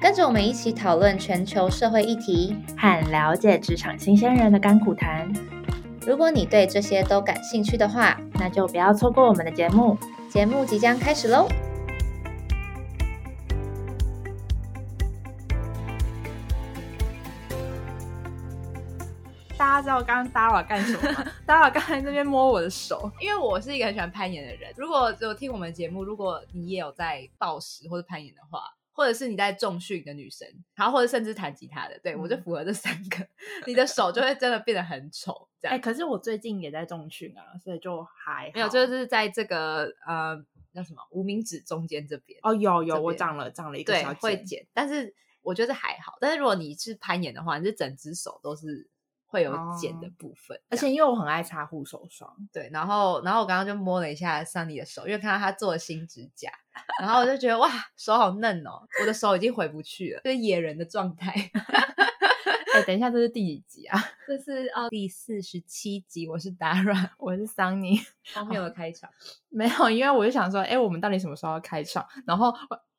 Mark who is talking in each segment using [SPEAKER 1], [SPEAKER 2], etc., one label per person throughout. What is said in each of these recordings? [SPEAKER 1] 跟着我们一起讨论全球社会议题。
[SPEAKER 2] 和了解职场新鲜人的甘苦谈，
[SPEAKER 1] 如果你对这些都感兴趣的话，
[SPEAKER 2] 那就不要错过我们的节目。
[SPEAKER 1] 节目即将开始喽！
[SPEAKER 3] 大家知道我刚刚 Dara 干什么吗 ？Dara 刚才那边摸我的手，因为我是一个很喜欢攀岩的人。如果有听我们节目，如果你也有在暴食或者攀岩的话，或者是你在重训的女生，然后或者甚至弹吉他的，对、我就符合这三个， 你的手就会真的变得很丑。这
[SPEAKER 2] 哎、
[SPEAKER 3] 样、
[SPEAKER 2] 可是我最近也在重训啊，所以就还好
[SPEAKER 3] 没有，就是在这个呃叫什么无名指中间这边，
[SPEAKER 2] 哦，有
[SPEAKER 3] 这
[SPEAKER 2] 有，我
[SPEAKER 3] 边
[SPEAKER 2] 长了长了一个
[SPEAKER 3] 对
[SPEAKER 2] 小，
[SPEAKER 3] 会
[SPEAKER 2] 茧
[SPEAKER 3] 减，但是我觉得还好。但是如果你是攀岩的话，你是整只手都是会有茧的
[SPEAKER 2] 哦
[SPEAKER 3] 部分，
[SPEAKER 2] 而且因为我很爱擦护手霜，
[SPEAKER 3] 对，然后然后我刚刚就摸了一下 Sunny 的手，因为看到他做了新指甲，然后我就觉得哇，手好嫩哦，我的手已经回不去了，就是野人的状态。
[SPEAKER 2] 哎、等一下，这是第几集啊？
[SPEAKER 3] 这是哦第四十七集，我是 Dara，
[SPEAKER 2] 我是桑尼，
[SPEAKER 3] 荒谬的开场。
[SPEAKER 2] 没有，因为我就想说，哎、我们到底什么时候要开场？然后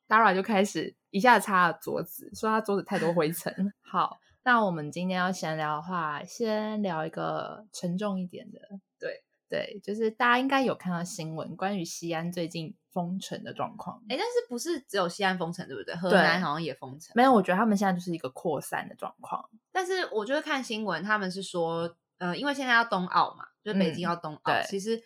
[SPEAKER 2] Dara 就开始一下子擦了桌子，说他桌子太多灰尘。 好，那我们今天要闲聊的话，先聊一个沉重一点的。
[SPEAKER 3] 对
[SPEAKER 2] 对，就是大家应该有看到新闻，关于西安最近封城的状况。
[SPEAKER 3] 哎，但是不是只有西安封城，对不对？河
[SPEAKER 2] 对
[SPEAKER 3] 南好像也封城。
[SPEAKER 2] 没有，我觉得他们现在就是一个扩散的状况。
[SPEAKER 3] 但是我就是看新闻，他们是说，呃，因为现在要冬奥嘛，就是北京
[SPEAKER 2] 嗯
[SPEAKER 3] 要冬奥，
[SPEAKER 2] 对
[SPEAKER 3] 其实，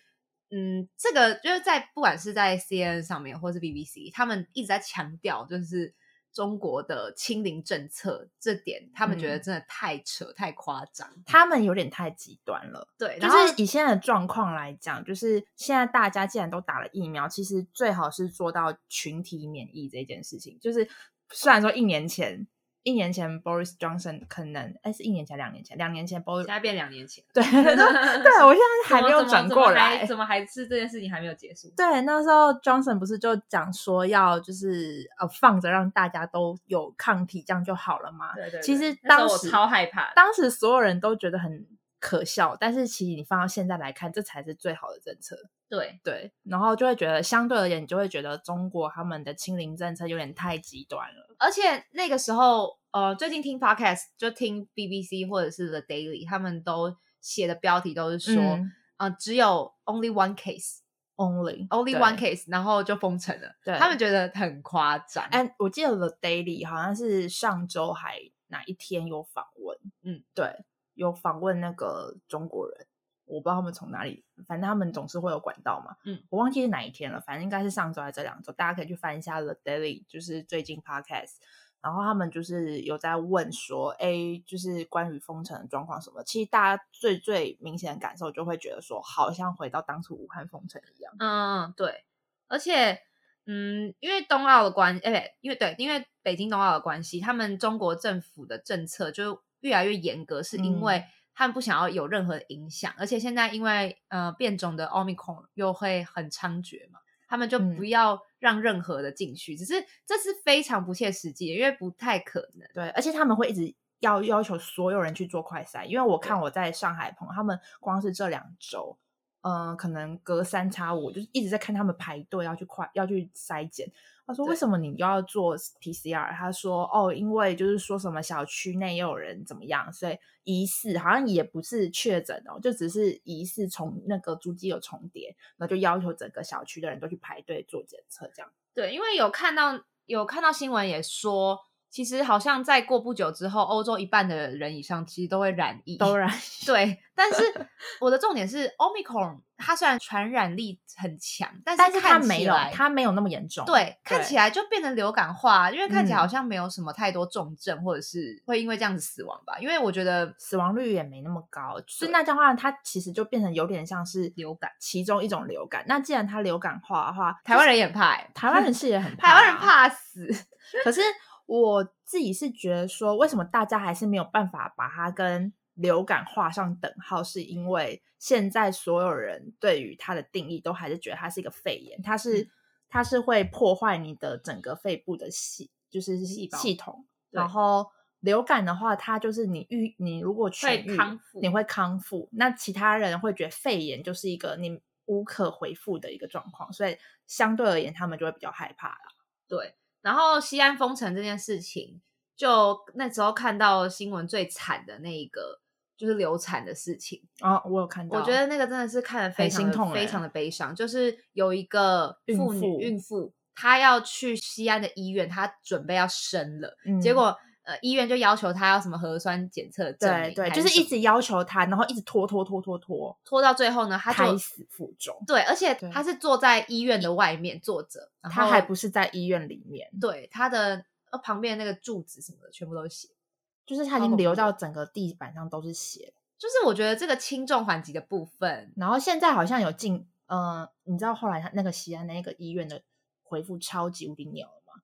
[SPEAKER 3] 嗯，这个就是在不管是在 CNN 上面或是 BBC，他们一直在强调，就是中国的清零政策这点，他们觉得
[SPEAKER 2] 嗯
[SPEAKER 3] 真的太扯、太夸张。
[SPEAKER 2] 他们有点太极端了，
[SPEAKER 3] 对，
[SPEAKER 2] 就
[SPEAKER 3] 然后
[SPEAKER 2] 是以现在的状况来讲，就是现在大家既然都打了疫苗，其实最好是做到群体免疫这件事情。就是虽然说一年前，一年前 Boris Johnson 可能，哎，是一年前、两年前、两年前 Boris，
[SPEAKER 3] 现在变两年前，
[SPEAKER 2] 对对， 我现在还没有
[SPEAKER 3] 怎么
[SPEAKER 2] 转过来，
[SPEAKER 3] 怎么还怎么还是这件事情还没有结束？
[SPEAKER 2] 对，那时候 Johnson 不是就讲说要就是呃放着让大家都有抗体，这样就好了吗？
[SPEAKER 3] 对对
[SPEAKER 2] 其
[SPEAKER 3] 对
[SPEAKER 2] 实
[SPEAKER 3] 那时候
[SPEAKER 2] 当
[SPEAKER 3] 我
[SPEAKER 2] 时
[SPEAKER 3] 超害怕的
[SPEAKER 2] 当时所有人都觉得很可笑，但是其实你放到现在来看，这才是最好的政策。
[SPEAKER 3] 对，
[SPEAKER 2] 对，然后就会觉得相对而言，你就会觉得中国他们的清零政策有点太极端了。
[SPEAKER 3] 而且那个时候，呃，最近听 podcast 就听 BBC 或者是 The Daily，他们都写的标题都是说，
[SPEAKER 2] 嗯
[SPEAKER 3] 呃，只有 only one case，only
[SPEAKER 2] Only
[SPEAKER 3] one
[SPEAKER 2] 对
[SPEAKER 3] case，然后就封城了。
[SPEAKER 2] 对
[SPEAKER 3] 他们觉得很夸张。
[SPEAKER 2] 哎，我记得 The Daily 好像是上周还哪一天有访问，
[SPEAKER 3] 嗯，
[SPEAKER 2] 对，有访问那个中国人，我不知道他们从哪里，反正他们总是会有管道嘛，
[SPEAKER 3] 嗯，
[SPEAKER 2] 我忘记是哪一天了，反正应该是上周还是这两周，大家可以去翻一下 The Daily，就是最近 Podcast。然后他们就是有在问说，哎，就是关于封城的状况什么。其实大家最最明显的感受就会觉得说，好像回到当初武汉封城一样。
[SPEAKER 3] 嗯，对，而且，嗯，因为冬奥的关，哎、不因为对，因为北京冬奥的关系，他们中国政府的政策就越来越严格，是因为他们不想要有任何影响，而且现在因为呃变种的奥密克戎又会很猖獗嘛，他们就
[SPEAKER 2] 嗯
[SPEAKER 3] 不要让任何的进去，只是这是非常不切实际的，因为不太可能。
[SPEAKER 2] 对，而且他们会一直要要求所有人去做快筛，因为我看我在上海朋友，他们光是这两周，呃，可能隔三差五，我就是一直在看他们排队要去快要去筛检。他说：“为
[SPEAKER 3] 对
[SPEAKER 2] 什么你又要做 PCR？” 他说：“哦，因为就是说什么小区内也有人怎么样，所以疑似好像也不是确诊哦，就只是疑似从那个足迹有重叠，然后就要求整个小区的人都去排队做检测， 这样。
[SPEAKER 3] 对，因为有看到有看到新闻也说，其实好像再过不久之后，欧洲一半的人以上其实都会染疫，
[SPEAKER 2] 当然，
[SPEAKER 3] 对，但是我的重点是，Omicron 它虽然传染力很强，但
[SPEAKER 2] 但是他
[SPEAKER 3] 看起
[SPEAKER 2] 没有，
[SPEAKER 3] 来
[SPEAKER 2] 他没有那么严重。
[SPEAKER 3] 对看起来就变得流感化，因为看起来
[SPEAKER 2] 嗯
[SPEAKER 3] 好像没有什么太多重症，或者是会因为这样子死亡吧？因为我觉得
[SPEAKER 2] 死亡率也没那么高，所以
[SPEAKER 3] 对
[SPEAKER 2] 那这样的话，它其实就变成有点像是
[SPEAKER 3] 流感，
[SPEAKER 2] 其中一种流感。那既然它流感化的话，
[SPEAKER 3] 台湾人也 很怕、欸，
[SPEAKER 2] 台湾人是也很怕、啊
[SPEAKER 3] 台湾人。怕啊死，
[SPEAKER 2] 可是我自己是觉得说，为什么大家还是没有办法把它跟流感画上等号，是因为现在所有人对于它的定义都还是觉得它是一个肺炎，它
[SPEAKER 3] 嗯
[SPEAKER 2] 是它是会破坏你的整个肺部的系，就是
[SPEAKER 3] 细胞
[SPEAKER 2] 系统。
[SPEAKER 3] 对
[SPEAKER 2] 然后流感的话，它就是你愈你如果痊愈，
[SPEAKER 3] 康复
[SPEAKER 2] 你会康复。那其他人会觉得肺炎就是一个你无可回复的一个状况，所以相对而言，他们就会比较害怕啦。
[SPEAKER 3] 然后西安封城这件事情，就那时候看到新闻最惨的那一个，就是流产的事情。
[SPEAKER 2] 哦，我有看到，
[SPEAKER 3] 我觉得那个真的是看得非
[SPEAKER 2] 很
[SPEAKER 3] 常
[SPEAKER 2] 心
[SPEAKER 3] 的
[SPEAKER 2] 痛欸
[SPEAKER 3] 非常的悲伤。就是有一个
[SPEAKER 2] 孕
[SPEAKER 3] 妇女
[SPEAKER 2] 妇
[SPEAKER 3] 孕妇，她要去西安的医院，她准备要生了，
[SPEAKER 2] 嗯
[SPEAKER 3] 结果呃医院就要求她要什么核酸检测证
[SPEAKER 2] 对
[SPEAKER 3] 明，
[SPEAKER 2] 对，
[SPEAKER 3] 还
[SPEAKER 2] 就是
[SPEAKER 3] 什
[SPEAKER 2] 一
[SPEAKER 3] 么
[SPEAKER 2] 直要求他，然后一直拖拖拖拖拖，
[SPEAKER 3] 拖到最后呢，她
[SPEAKER 2] 胎
[SPEAKER 3] 就
[SPEAKER 2] 死腹中。
[SPEAKER 3] 对，而且
[SPEAKER 2] 对
[SPEAKER 3] 她是坐在医院的外面坐着，然
[SPEAKER 2] 他
[SPEAKER 3] 后
[SPEAKER 2] 还不是在医院里面，
[SPEAKER 3] 对她的呃旁边的那个柱子什么的全部都写。
[SPEAKER 2] 就是他
[SPEAKER 3] 超
[SPEAKER 2] 已经
[SPEAKER 3] 恐
[SPEAKER 2] 流
[SPEAKER 3] 怖
[SPEAKER 2] 到整个地板上都是血。
[SPEAKER 3] 就是我觉得这个轻重缓急的部分，
[SPEAKER 2] 然后现在好像有进，呃，你知道后来他那个西安那个医院的回复超级无敌鸟了吗？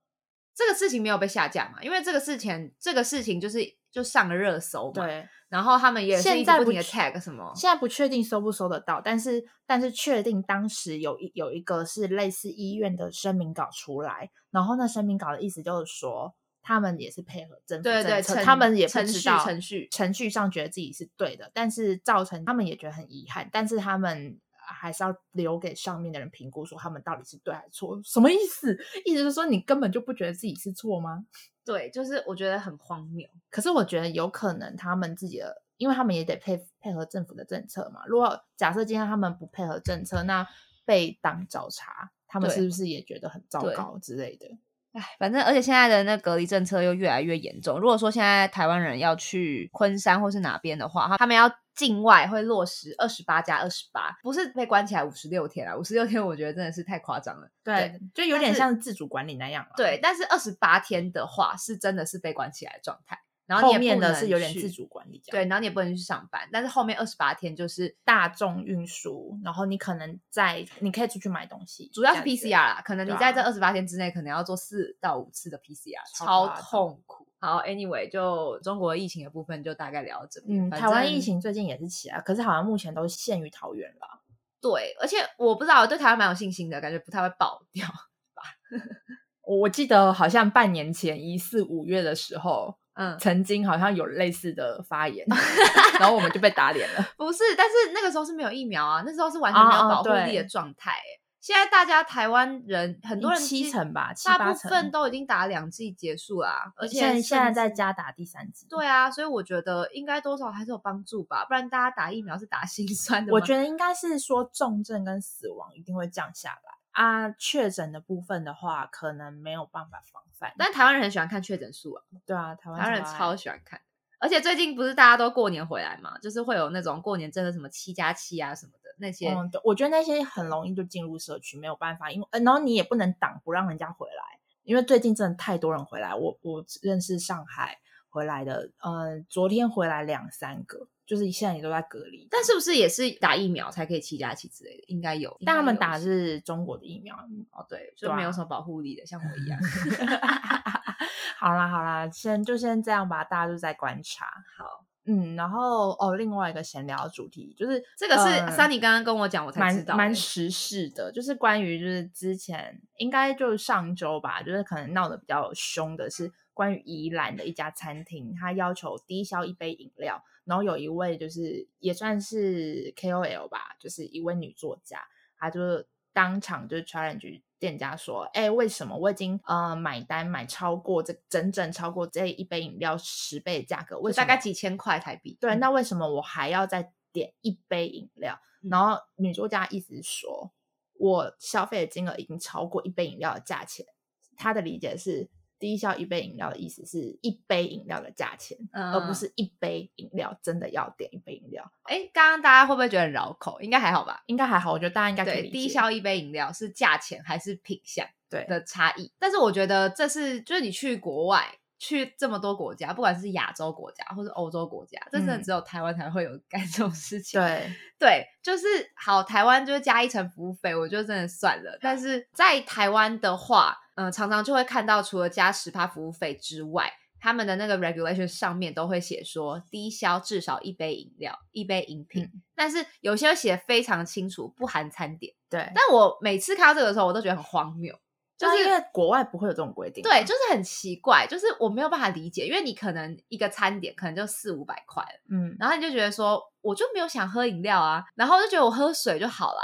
[SPEAKER 3] 这个事情没有被下架嘛？因为这个事情，这个事情就是就上了热搜嘛。。
[SPEAKER 2] 对，
[SPEAKER 3] 然后他们也是一
[SPEAKER 2] 现
[SPEAKER 3] 直
[SPEAKER 2] 在
[SPEAKER 3] 不
[SPEAKER 2] 不
[SPEAKER 3] 停的
[SPEAKER 2] 确
[SPEAKER 3] tag 什么，
[SPEAKER 2] 现在不确定收不收得到，但是但是确定当时有一有一个是类似医院的声明稿出来，然后那声明稿的意思就是说，他们也是配合政府
[SPEAKER 3] 对
[SPEAKER 2] 政
[SPEAKER 3] 对，
[SPEAKER 2] 策，
[SPEAKER 3] 程
[SPEAKER 2] 他们也不
[SPEAKER 3] 程
[SPEAKER 2] 知
[SPEAKER 3] 序
[SPEAKER 2] 道
[SPEAKER 3] 程序，
[SPEAKER 2] 程序上觉得自己是对的，但是造成他们也觉得很遗憾，但是他们还是要留给上面的人评估，说他们到底是对还是错。什么意思？意思是说你根本就不觉得自己是错吗？
[SPEAKER 3] 对，就是我觉得很荒谬。
[SPEAKER 2] 可是我觉得有可能他们自己的，因为他们也得配配合政府的政策嘛。如果假设今天他们不配合政策，那被当找茬，他们
[SPEAKER 3] 对
[SPEAKER 2] 是不是也觉得很糟
[SPEAKER 3] 对
[SPEAKER 2] 糕之类的？
[SPEAKER 3] 唉，反正而且现在的那隔离政策又越来越严重。如果说现在台湾人要去昆山或是哪边的话，他们要境外会落实二十八加二十八，不是被关起来五十六天啊，五十六天我觉得真的是太夸张了。
[SPEAKER 2] 对，就有
[SPEAKER 3] 但
[SPEAKER 2] 点
[SPEAKER 3] 是
[SPEAKER 2] 像自主管理那样啊了。
[SPEAKER 3] 对，，但是二十八天的话是真的是被关起来的状态，然后你
[SPEAKER 2] 后
[SPEAKER 3] 也不
[SPEAKER 2] 面的
[SPEAKER 3] 能
[SPEAKER 2] 是有点
[SPEAKER 3] 去
[SPEAKER 2] 自主管理这样。
[SPEAKER 3] 对，然后你也不能去上班，但是后面二十八天就是
[SPEAKER 2] 大众运输，然后你可能在你可以出去买东西，
[SPEAKER 3] 主要是
[SPEAKER 2] 这样子
[SPEAKER 3] PCR 啦，可能你
[SPEAKER 2] 对啊
[SPEAKER 3] 在这二十八天之内，可能要做四到五次的 PCR，
[SPEAKER 2] 超
[SPEAKER 3] 超
[SPEAKER 2] 夸张
[SPEAKER 3] 痛苦。好，anyway，就中国疫情的部分就大概聊到这边。
[SPEAKER 2] 嗯，
[SPEAKER 3] 反
[SPEAKER 2] 台湾
[SPEAKER 3] 正
[SPEAKER 2] 疫情最近也是起来，可是好像目前都限于桃园了。
[SPEAKER 3] 对，而且我不知道，我对台湾蛮有信心的，感觉不太会爆掉。
[SPEAKER 2] 我我记得好像半年前一四五月的时候，
[SPEAKER 3] 嗯，
[SPEAKER 2] 曾经好像有类似的发 言，然后我们就被打脸了。
[SPEAKER 3] 不是，但是那个时候是没有疫苗啊，那时候是完全没有
[SPEAKER 2] 哦哦
[SPEAKER 3] 保护力
[SPEAKER 2] 对
[SPEAKER 3] 的状态欸、现在大家台湾人很多人
[SPEAKER 2] 七
[SPEAKER 3] 其实
[SPEAKER 2] 成吧，七
[SPEAKER 3] 大
[SPEAKER 2] 八
[SPEAKER 3] 部
[SPEAKER 2] 成。
[SPEAKER 3] 分都已经打两剂结束啦、而且
[SPEAKER 2] 现在现在
[SPEAKER 3] 甚
[SPEAKER 2] 在
[SPEAKER 3] 至
[SPEAKER 2] 家打第三剂，
[SPEAKER 3] 对啊，所以我觉得应该多少还是有帮助吧，不然大家打疫苗是打心 酸的嘛。
[SPEAKER 2] 我觉得应该是说重症跟死亡一定会降下来啊，确诊的部分的话，可能没有办法防范。
[SPEAKER 3] 但台湾人很喜欢看确诊数啊，
[SPEAKER 2] 对啊，台湾
[SPEAKER 3] 台湾人
[SPEAKER 2] 爱
[SPEAKER 3] 超喜欢看。而且最近不是大家都过年回来嘛，就是会有那种过年真的什么七加七啊什么的那些，
[SPEAKER 2] 嗯，对，我觉得那些很容易就进入社区，没有办法，因为、呃然后你也不能挡不让人家回来，因为最近真的太多人回来，我我认识上海回来的，呃，昨天回来两三个，就是现在也都在隔离，
[SPEAKER 3] 但是不是也是打疫苗才可以七加七之类的？应该有，
[SPEAKER 2] 但他们
[SPEAKER 3] 应该有
[SPEAKER 2] 打的是中国的疫苗。
[SPEAKER 3] 哦， 对，
[SPEAKER 2] 对
[SPEAKER 3] 就
[SPEAKER 2] 啊
[SPEAKER 3] 没有什么保护力的，像我 一样。
[SPEAKER 2] 好啦好啦，先就先这样吧，大家就在观察。
[SPEAKER 3] 好，
[SPEAKER 2] 嗯，然后哦，另外一个闲聊主题就是
[SPEAKER 3] 这个
[SPEAKER 2] 呃
[SPEAKER 3] 是 Sunny 刚刚跟我讲，我才知
[SPEAKER 2] 蛮
[SPEAKER 3] 道欸
[SPEAKER 2] 蛮
[SPEAKER 3] 的
[SPEAKER 2] 时事的，就是关于就是之前应该就是上周吧，就是可能闹得比较凶的是关于宜兰的一家餐厅，他要求低消一杯饮料，然后有一位就是也算是 KOL 吧，就是一位女作家，她就是当场就是 challenge 店家说，哎、为什么我已经呃买单买超过这整整超过这一杯饮料十倍的价格，为
[SPEAKER 3] 就
[SPEAKER 2] 什
[SPEAKER 3] 大
[SPEAKER 2] 么
[SPEAKER 3] 概几千块台币。
[SPEAKER 2] 对，
[SPEAKER 3] 嗯
[SPEAKER 2] 那为什么我还要再点一杯饮料？
[SPEAKER 3] 嗯
[SPEAKER 2] 然后女作家一直说，我消费的金额已经超过一杯饮料的价钱。她的理解是，低消一杯饮料的意思是一杯饮料的价钱，而不
[SPEAKER 3] 嗯
[SPEAKER 2] 是一杯饮料真的要点一杯饮料。
[SPEAKER 3] 哎，刚刚大家会不会觉得很绕口？应该还好吧？
[SPEAKER 2] 应该还好，我觉得大家应该可以
[SPEAKER 3] 对，
[SPEAKER 2] 理
[SPEAKER 3] 低
[SPEAKER 2] 解
[SPEAKER 3] 消一杯饮料是价钱还是品相
[SPEAKER 2] 对
[SPEAKER 3] 的差异？但是我觉得这是就是你去国外。去这么多国家，不管是亚洲国家或是欧洲国家，这真的
[SPEAKER 2] 嗯
[SPEAKER 3] 只有台湾才会有干这种事情。
[SPEAKER 2] 对
[SPEAKER 3] 对，就是好，台湾就是加一层服务费，我就真的算了。但呃是在台湾的话，嗯、常常就会看到，除了加十趴服务费之外，他们的那个 regulation 上面都会写说低消至少一杯饮料、一杯饮品，
[SPEAKER 2] 嗯
[SPEAKER 3] 但是有些会写得非常清楚，不含餐点。
[SPEAKER 2] 对，
[SPEAKER 3] 但我每次看到这个的时候，我都觉得很荒谬，就
[SPEAKER 2] 就是
[SPEAKER 3] 是
[SPEAKER 2] 因为国外不会有这种规定，
[SPEAKER 3] 对，就是很奇怪，就是我没有办法理解，因为你可能一个餐点可能就四五百块了，
[SPEAKER 2] 嗯，
[SPEAKER 3] 然后你就觉得说我就没有想喝饮料啊，然后就觉得我喝水就好啦，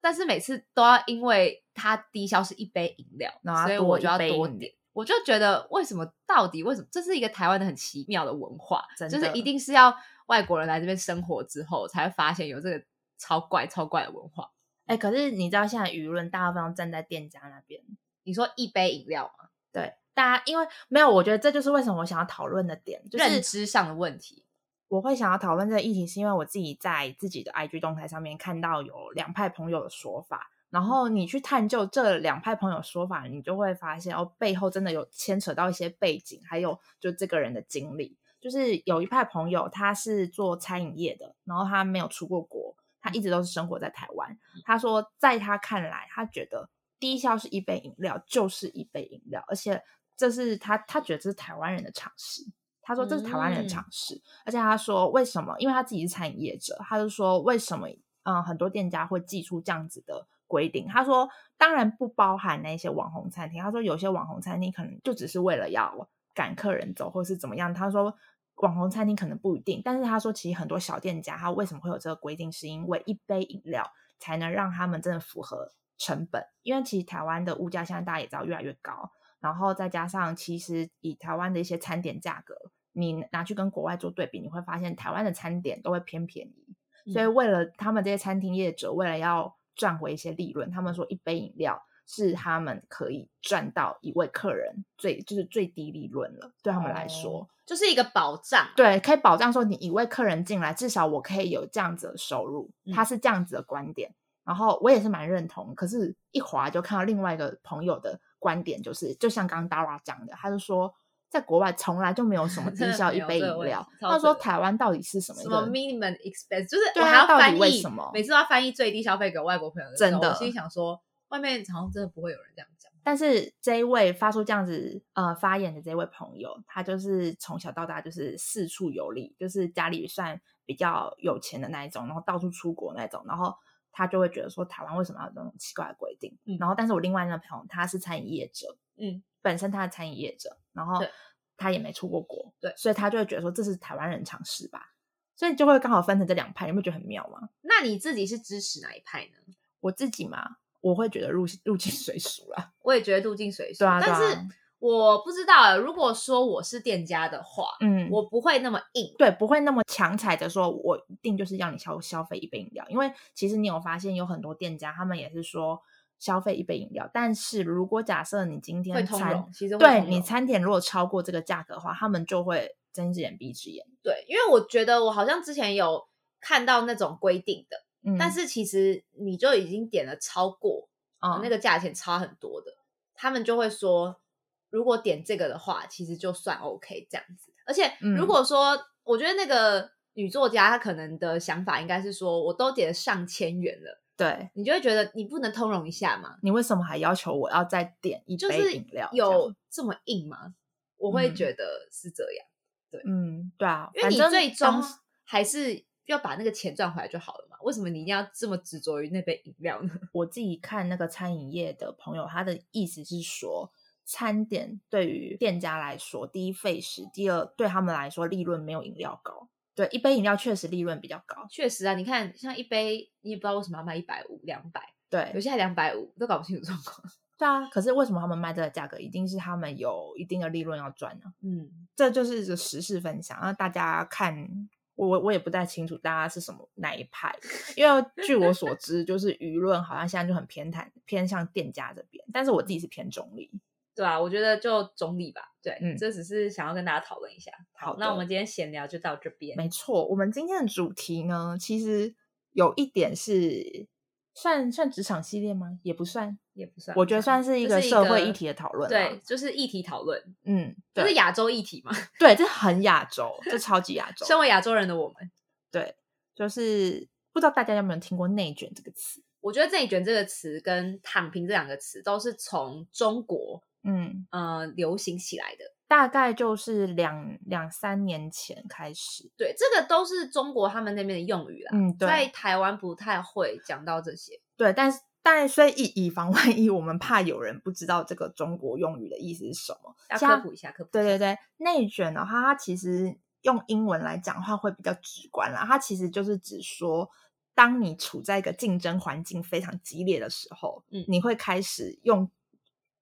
[SPEAKER 3] 但是每次都要因为它低消是一杯饮料
[SPEAKER 2] 然后，要
[SPEAKER 3] 所以
[SPEAKER 2] 多
[SPEAKER 3] 我
[SPEAKER 2] 一
[SPEAKER 3] 就要
[SPEAKER 2] 杯
[SPEAKER 3] 多
[SPEAKER 2] 饮
[SPEAKER 3] 点。我就觉得为什么到底为什么这是一个台湾的很奇妙的文化，
[SPEAKER 2] 真
[SPEAKER 3] 就是
[SPEAKER 2] 的
[SPEAKER 3] 一定是要外国人来这边生活之后才会发现有这个超怪超怪的文化。
[SPEAKER 2] 哎、可是你知道现在舆论大部分都站在店家那边，
[SPEAKER 3] 你说一杯饮料嘛，
[SPEAKER 2] 对，大家因为没有，我觉得这就是为什么我想要讨论的点，就
[SPEAKER 3] 认
[SPEAKER 2] 是
[SPEAKER 3] 知上的问题，
[SPEAKER 2] 我会想要讨论这个议题，是因为我自己在自己的 IG 动态上面看到有两派朋友的说法，然后你去探究这两派朋友说法，你就会发现哦，背后真的有牵扯到一些背景，还有就这个人的经历。就是有一派朋友，他是做餐饮业的，然后他没有出过国，他一直都是生活在台湾。他说，在他看来，他觉得低消是一杯饮料就是一杯饮料，而且这是他他觉得这是台湾人的常识。他说这是台湾人
[SPEAKER 3] 嗯
[SPEAKER 2] 的常识，而且他说为什么？因为他自己是餐饮业者，他就说为什么？嗯，很多店家会寄出这样子的规定。他说，当然不包含那些网红餐厅。他说，有些网红餐厅可能就只是为了要赶客人走，或是怎么样。他说，网红餐厅可能不一定，但是他说，其实很多小店家他为什么会有这个规定，是因为一杯饮料才能让他们真的符合成本。因为其实台湾的物价现在大家也知道越来越高，然后再加上其实以台湾的一些餐点价格，你拿去跟国外做对比，你会发现台湾的餐点都会偏便宜。所以
[SPEAKER 3] 嗯
[SPEAKER 2] 为了他们这些餐厅业者，为了要赚回一些利润，他们说一杯饮料是他们可以赚到一位客人最就是最低利润了，对他们来说，
[SPEAKER 3] 就是一个保障。
[SPEAKER 2] 对，可以保障说你一位客人进来，至少我可以有这样子的收入，他
[SPEAKER 3] 嗯
[SPEAKER 2] 是这样子的观点，然后我也是蛮认同。可是，一滑就看到另外一个朋友的观点，就是就像刚刚 Dara 讲的，他就说。在国外从来就没有 什么低
[SPEAKER 3] 真的
[SPEAKER 2] 消
[SPEAKER 3] 没
[SPEAKER 2] 一
[SPEAKER 3] 有
[SPEAKER 2] 杯
[SPEAKER 3] 这个
[SPEAKER 2] 饮
[SPEAKER 3] 问
[SPEAKER 2] 料
[SPEAKER 3] 题，超
[SPEAKER 2] 他说
[SPEAKER 3] 扯的
[SPEAKER 2] 台湾到底是什么一
[SPEAKER 3] 什么
[SPEAKER 2] 个
[SPEAKER 3] minimum expense，就是我
[SPEAKER 2] 对啊
[SPEAKER 3] 还要
[SPEAKER 2] 到底
[SPEAKER 3] 翻译，
[SPEAKER 2] 为什么
[SPEAKER 3] 每次都要翻译最低消费给外国朋友的时候，
[SPEAKER 2] 真的
[SPEAKER 3] 我心里想说，外面好像真的不会有人这样讲。
[SPEAKER 2] 但是这一位发出这样子呃发言的这位朋友，他就是从小到大就是四处游历，就是家里算比较有钱的那一种，然后到处出国那种，然后他就会觉得说台湾为什么要有这种奇怪的规定？
[SPEAKER 3] 嗯
[SPEAKER 2] 然后但是我另外那个朋友他是餐饮业者，
[SPEAKER 3] 嗯，
[SPEAKER 2] 本身他是餐饮业者，然后
[SPEAKER 3] 对
[SPEAKER 2] 他也没出过国，
[SPEAKER 3] 对
[SPEAKER 2] 所以他就会觉得说这是台湾人常识吧，所以就会刚好分成这两派，你不觉得很妙吗？
[SPEAKER 3] 那你自己是支持哪一派呢？
[SPEAKER 2] 我自己嘛，我会觉得入入境随俗啦，
[SPEAKER 3] 我也觉得入境水俗，
[SPEAKER 2] 对啊对
[SPEAKER 3] 但
[SPEAKER 2] 啊
[SPEAKER 3] 是我不知道啊，如果说我是店家的话，
[SPEAKER 2] 嗯，
[SPEAKER 3] 我不会那么硬。
[SPEAKER 2] 对，不会那么强踩着说，我一定就是要你消消费一杯饮料，因为其实你有发现有很多店家，他们也是说消费一杯饮料，但是如果假设你今
[SPEAKER 3] 会
[SPEAKER 2] 天
[SPEAKER 3] 通
[SPEAKER 2] 餐
[SPEAKER 3] 融，其实会
[SPEAKER 2] 对
[SPEAKER 3] 通
[SPEAKER 2] 你
[SPEAKER 3] 融
[SPEAKER 2] 餐点如果超过这个价格的话，他们就会睁一只眼闭一只眼。
[SPEAKER 3] 对，因为我觉得我好像之前有看到那种规定的，
[SPEAKER 2] 嗯，
[SPEAKER 3] 但是其实你就已经点了超过，
[SPEAKER 2] 嗯
[SPEAKER 3] 那个价钱差很多的，他们就会说，如果点这个的话，其实就算 OK 这样子。而且
[SPEAKER 2] 嗯
[SPEAKER 3] 如果说，我觉得那个女作家她可能的想法应该是说，我都点上千元了，
[SPEAKER 2] 对
[SPEAKER 3] 你就会觉得你不能通融一下吗？
[SPEAKER 2] 你为什么还要求我要再点一
[SPEAKER 3] 就
[SPEAKER 2] 杯
[SPEAKER 3] 是
[SPEAKER 2] 饮料？这样
[SPEAKER 3] 有这么硬吗？我会
[SPEAKER 2] 嗯
[SPEAKER 3] 觉得是这样，
[SPEAKER 2] 嗯，对啊，
[SPEAKER 3] 因为
[SPEAKER 2] 反
[SPEAKER 3] 你
[SPEAKER 2] 正
[SPEAKER 3] 最终
[SPEAKER 2] 当
[SPEAKER 3] 还是要把那个钱赚回来就好了嘛。为什么你一定要这么执着于那杯饮料呢？
[SPEAKER 2] 我自己看那个餐饮业的朋友，他的意思是说，餐点对于店家来说，第一费时，第二对他们来说利润没有饮料高。对，一杯饮料确实利润比较高。
[SPEAKER 3] 确实啊，你看像一杯，你也不知道为什么要卖一百五、两百，有
[SPEAKER 2] 对，
[SPEAKER 3] 些还两百五，都搞不清楚状况。
[SPEAKER 2] 对啊。可是为什么他们卖这个价格，一定是他们有一定的利润要赚呢、
[SPEAKER 3] 嗯，
[SPEAKER 2] 这就是一个时事分享，让大家看。我我我也不太清楚大家是什么哪一派的，因为据我所知，就是舆论好像现在就很偏袒偏向店家这边，但是我自己是偏中立。
[SPEAKER 3] 对啊，我觉得就中立吧。对，
[SPEAKER 2] 嗯
[SPEAKER 3] 这只是想要跟大家讨论一下。
[SPEAKER 2] 好
[SPEAKER 3] 那
[SPEAKER 2] 的
[SPEAKER 3] 我们今天闲聊就到这边。
[SPEAKER 2] 没错，我们今天的主题呢，其实有一点是算算职场系列吗？也不算，
[SPEAKER 3] 也不算，
[SPEAKER 2] 我觉得算是一个社会议题的讨论啦
[SPEAKER 3] 对，就是议题讨论，
[SPEAKER 2] 嗯，
[SPEAKER 3] 就是
[SPEAKER 2] 对
[SPEAKER 3] 亚洲议题嘛。
[SPEAKER 2] 对，这很亚洲，这超级 亚洲，
[SPEAKER 3] 身为亚洲人的我们，
[SPEAKER 2] 对，就是不知道大家有没有听过“内卷”这个词？
[SPEAKER 3] 我觉得“内卷”这个词跟“躺平”这两个词都是从中国
[SPEAKER 2] 嗯，
[SPEAKER 3] 呃流行起来的。
[SPEAKER 2] 大概就是两两三年前开始。
[SPEAKER 3] 对，这个都是中国他们那边的用语啦，
[SPEAKER 2] 嗯，对，
[SPEAKER 3] 在台湾不太会讲到这些。
[SPEAKER 2] 对，但是但所以以以防万一，我们怕有人不知道这个中国用语的意思是什么。
[SPEAKER 3] 要
[SPEAKER 2] 像
[SPEAKER 3] 科普一下，科普一下
[SPEAKER 2] 对对对，内卷的话，它其实用英文来讲的话会比较直观啦。它其实就是指说，当你处在一个竞争环境非常激烈的时候，
[SPEAKER 3] 嗯
[SPEAKER 2] 你会开始用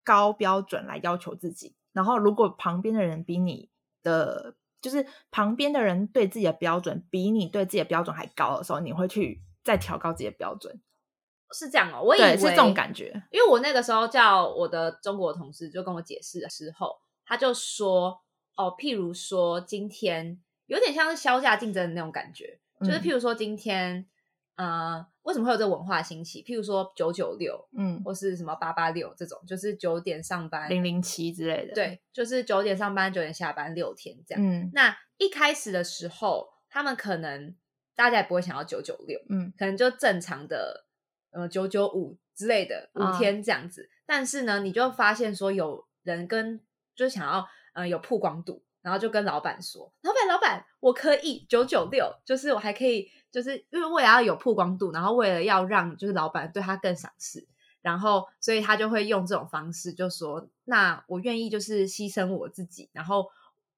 [SPEAKER 2] 高标准来要求自己。然后，如果旁边的人比你的，就是旁边的人对自己的标准比你对自己的标准还高的时候，你会去再调高自己的标准。
[SPEAKER 3] 是这样哦、我以为
[SPEAKER 2] 对，是这种感觉。
[SPEAKER 3] 因为我那个时候叫我的中国同事就跟我解释的时候，他就说哦，譬如说今天有点像是销价竞争的那种感觉，就是譬如说今天呃，为什么会有这文化兴起？譬如说九九六
[SPEAKER 2] 嗯，
[SPEAKER 3] 或是什么八八六这种，就是九点上班，
[SPEAKER 2] 零零七之类的。，
[SPEAKER 3] 对，就是九点上班九点下班六天这样。
[SPEAKER 2] 嗯
[SPEAKER 3] 那一开始的时候，他们可能大家也不会想要九九六，
[SPEAKER 2] 嗯，
[SPEAKER 3] 可能就正常的呃九九五之类的
[SPEAKER 2] 啊
[SPEAKER 3] 五天这样子。但是呢，你就发现说有人跟就想要呃有曝光度，然后就跟老板说：“老板，老板，我可以九九六，就是我还可以，就是因为为了要有曝光度，然后为了要让就是老板对他更赏识。”然后，所以他就会用这种方式，就说：“那我愿意就是牺牲我自己，然后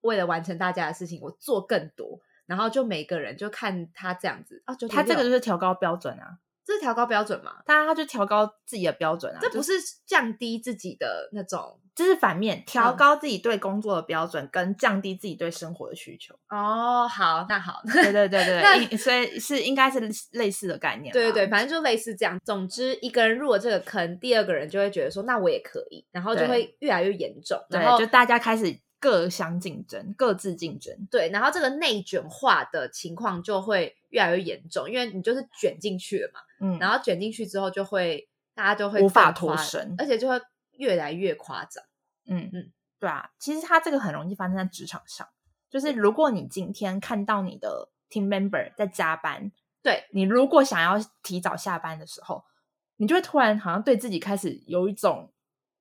[SPEAKER 3] 为了完成大家的事情，我做更多。”然后就每个人就看他这样子啊，996
[SPEAKER 2] 他这个就是调高标准啊。
[SPEAKER 3] 这是调高标准嘛？
[SPEAKER 2] 他他就调高自己的标准啊，
[SPEAKER 3] 这
[SPEAKER 2] 就
[SPEAKER 3] 不是降低自己的那种
[SPEAKER 2] 这是反面，调
[SPEAKER 3] 嗯
[SPEAKER 2] 高自己对工作的标准，跟降低自己对生活的 需求。
[SPEAKER 3] 哦。好，那好，
[SPEAKER 2] 对对对对
[SPEAKER 3] 那
[SPEAKER 2] 对，应所以是应该是类似的概念。
[SPEAKER 3] 对对对，，反正就类似这样。总之，一个人入了这个坑，第二个人就会觉得说，那我也可以，然后就
[SPEAKER 2] 对
[SPEAKER 3] 会越来越严重，然
[SPEAKER 2] 对，
[SPEAKER 3] 后
[SPEAKER 2] 就大家开始各相竞争，各自竞争。
[SPEAKER 3] 对，然后这个内卷化的情况就会越来越严重，因为你就是卷进去了嘛，
[SPEAKER 2] 嗯，
[SPEAKER 3] 然后卷进去之后就会大家就会
[SPEAKER 2] 无法
[SPEAKER 3] 更夸
[SPEAKER 2] 脱身
[SPEAKER 3] 而且就会越来越夸张。
[SPEAKER 2] 嗯
[SPEAKER 3] 嗯
[SPEAKER 2] 嗯，对啊，其实它这个很容易发生在职场上，就是如果你今天看到你的 team member 在加班，
[SPEAKER 3] 对
[SPEAKER 2] 你如果想要提早下班的时候，你就会突然好像对自己开始有一种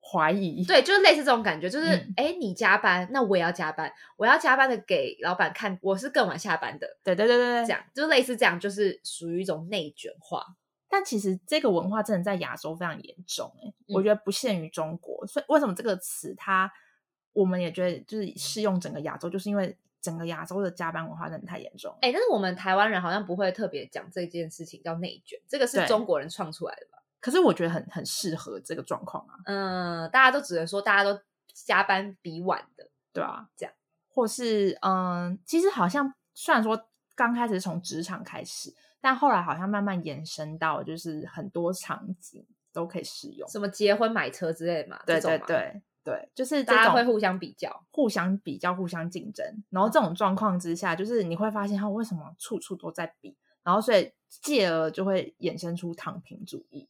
[SPEAKER 2] 怀疑。
[SPEAKER 3] 对，就是类似这种感觉，就是哎
[SPEAKER 2] 嗯、
[SPEAKER 3] 诶你加班，那我也要加班，我要加班的给老板看，我是更晚下班的，
[SPEAKER 2] 对对对对对
[SPEAKER 3] 这，样就类似这样，就是属于一种内卷化。
[SPEAKER 2] 但其实这个文化真的在亚洲非常严重、欸，我
[SPEAKER 3] 嗯
[SPEAKER 2] 觉得不限于中国，所以为什么这个词它我们也觉得就是适用整个亚洲，就是因为整个亚洲的加班文化真的太严重了。
[SPEAKER 3] 哎、但是我们台湾人好像不会特别讲这件事情叫内卷，这个是
[SPEAKER 2] 对
[SPEAKER 3] 中国人创出来的吧？
[SPEAKER 2] 可是我觉得很很适合这个状况啊，
[SPEAKER 3] 嗯、大家都只能说大家都加班比晚的，
[SPEAKER 2] 对啊，
[SPEAKER 3] 这样，
[SPEAKER 2] 或是嗯，其实好像虽然说刚开始是从职场开始，但后来好像慢慢延伸到就是很多场景都可以适用。
[SPEAKER 3] 什么结婚、买车之类的嘛，
[SPEAKER 2] 对
[SPEAKER 3] 这种
[SPEAKER 2] 对
[SPEAKER 3] 嘛，
[SPEAKER 2] 对对，就是这
[SPEAKER 3] 大家
[SPEAKER 2] 种
[SPEAKER 3] 会互相比较。
[SPEAKER 2] 互相比较、互相竞争。然后这种状况之下，就是你会发现他为什么处处都在比，然后所以进而就会衍生出躺平主义。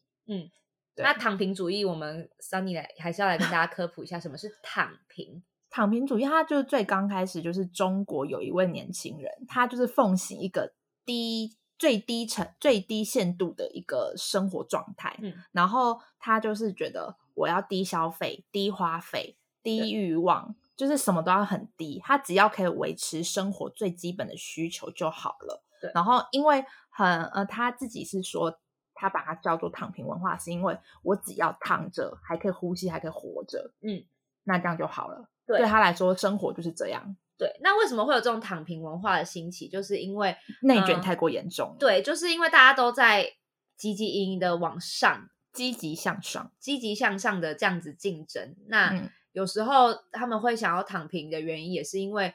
[SPEAKER 2] 对
[SPEAKER 3] 那躺平主义，我们 Sunny 来还是要来跟大家科普一下什么是躺平。
[SPEAKER 2] 躺平主义，它就是最刚开始就是中国有一位年轻人，他就是奉行一个低最低层、最低限度的一个生活状态。
[SPEAKER 3] 嗯，
[SPEAKER 2] 然后他就是觉得我要低消费、低花费、
[SPEAKER 3] 对
[SPEAKER 2] 低欲望，就是什么都要很低，他只要可以维持生活最基本的需求就好了
[SPEAKER 3] 对。
[SPEAKER 2] 然后因为很呃，他自己是说。他把它叫做躺平文化，是因为我只要躺着，还可以呼吸，还可以活着，
[SPEAKER 3] 嗯，
[SPEAKER 2] 那这样就好了。
[SPEAKER 3] 对
[SPEAKER 2] 对他来说，生活就是这样，
[SPEAKER 3] 对，那为什么会有这种躺平文化的兴起？就是因为
[SPEAKER 2] 内卷
[SPEAKER 3] 嗯
[SPEAKER 2] 太过严重了，
[SPEAKER 3] 对，就是因为大家都在积极营营的往上、
[SPEAKER 2] 积极向上，
[SPEAKER 3] 积极向上的这样子竞争。那、
[SPEAKER 2] 嗯
[SPEAKER 3] 有时候他们会想要躺平的原因，也是因为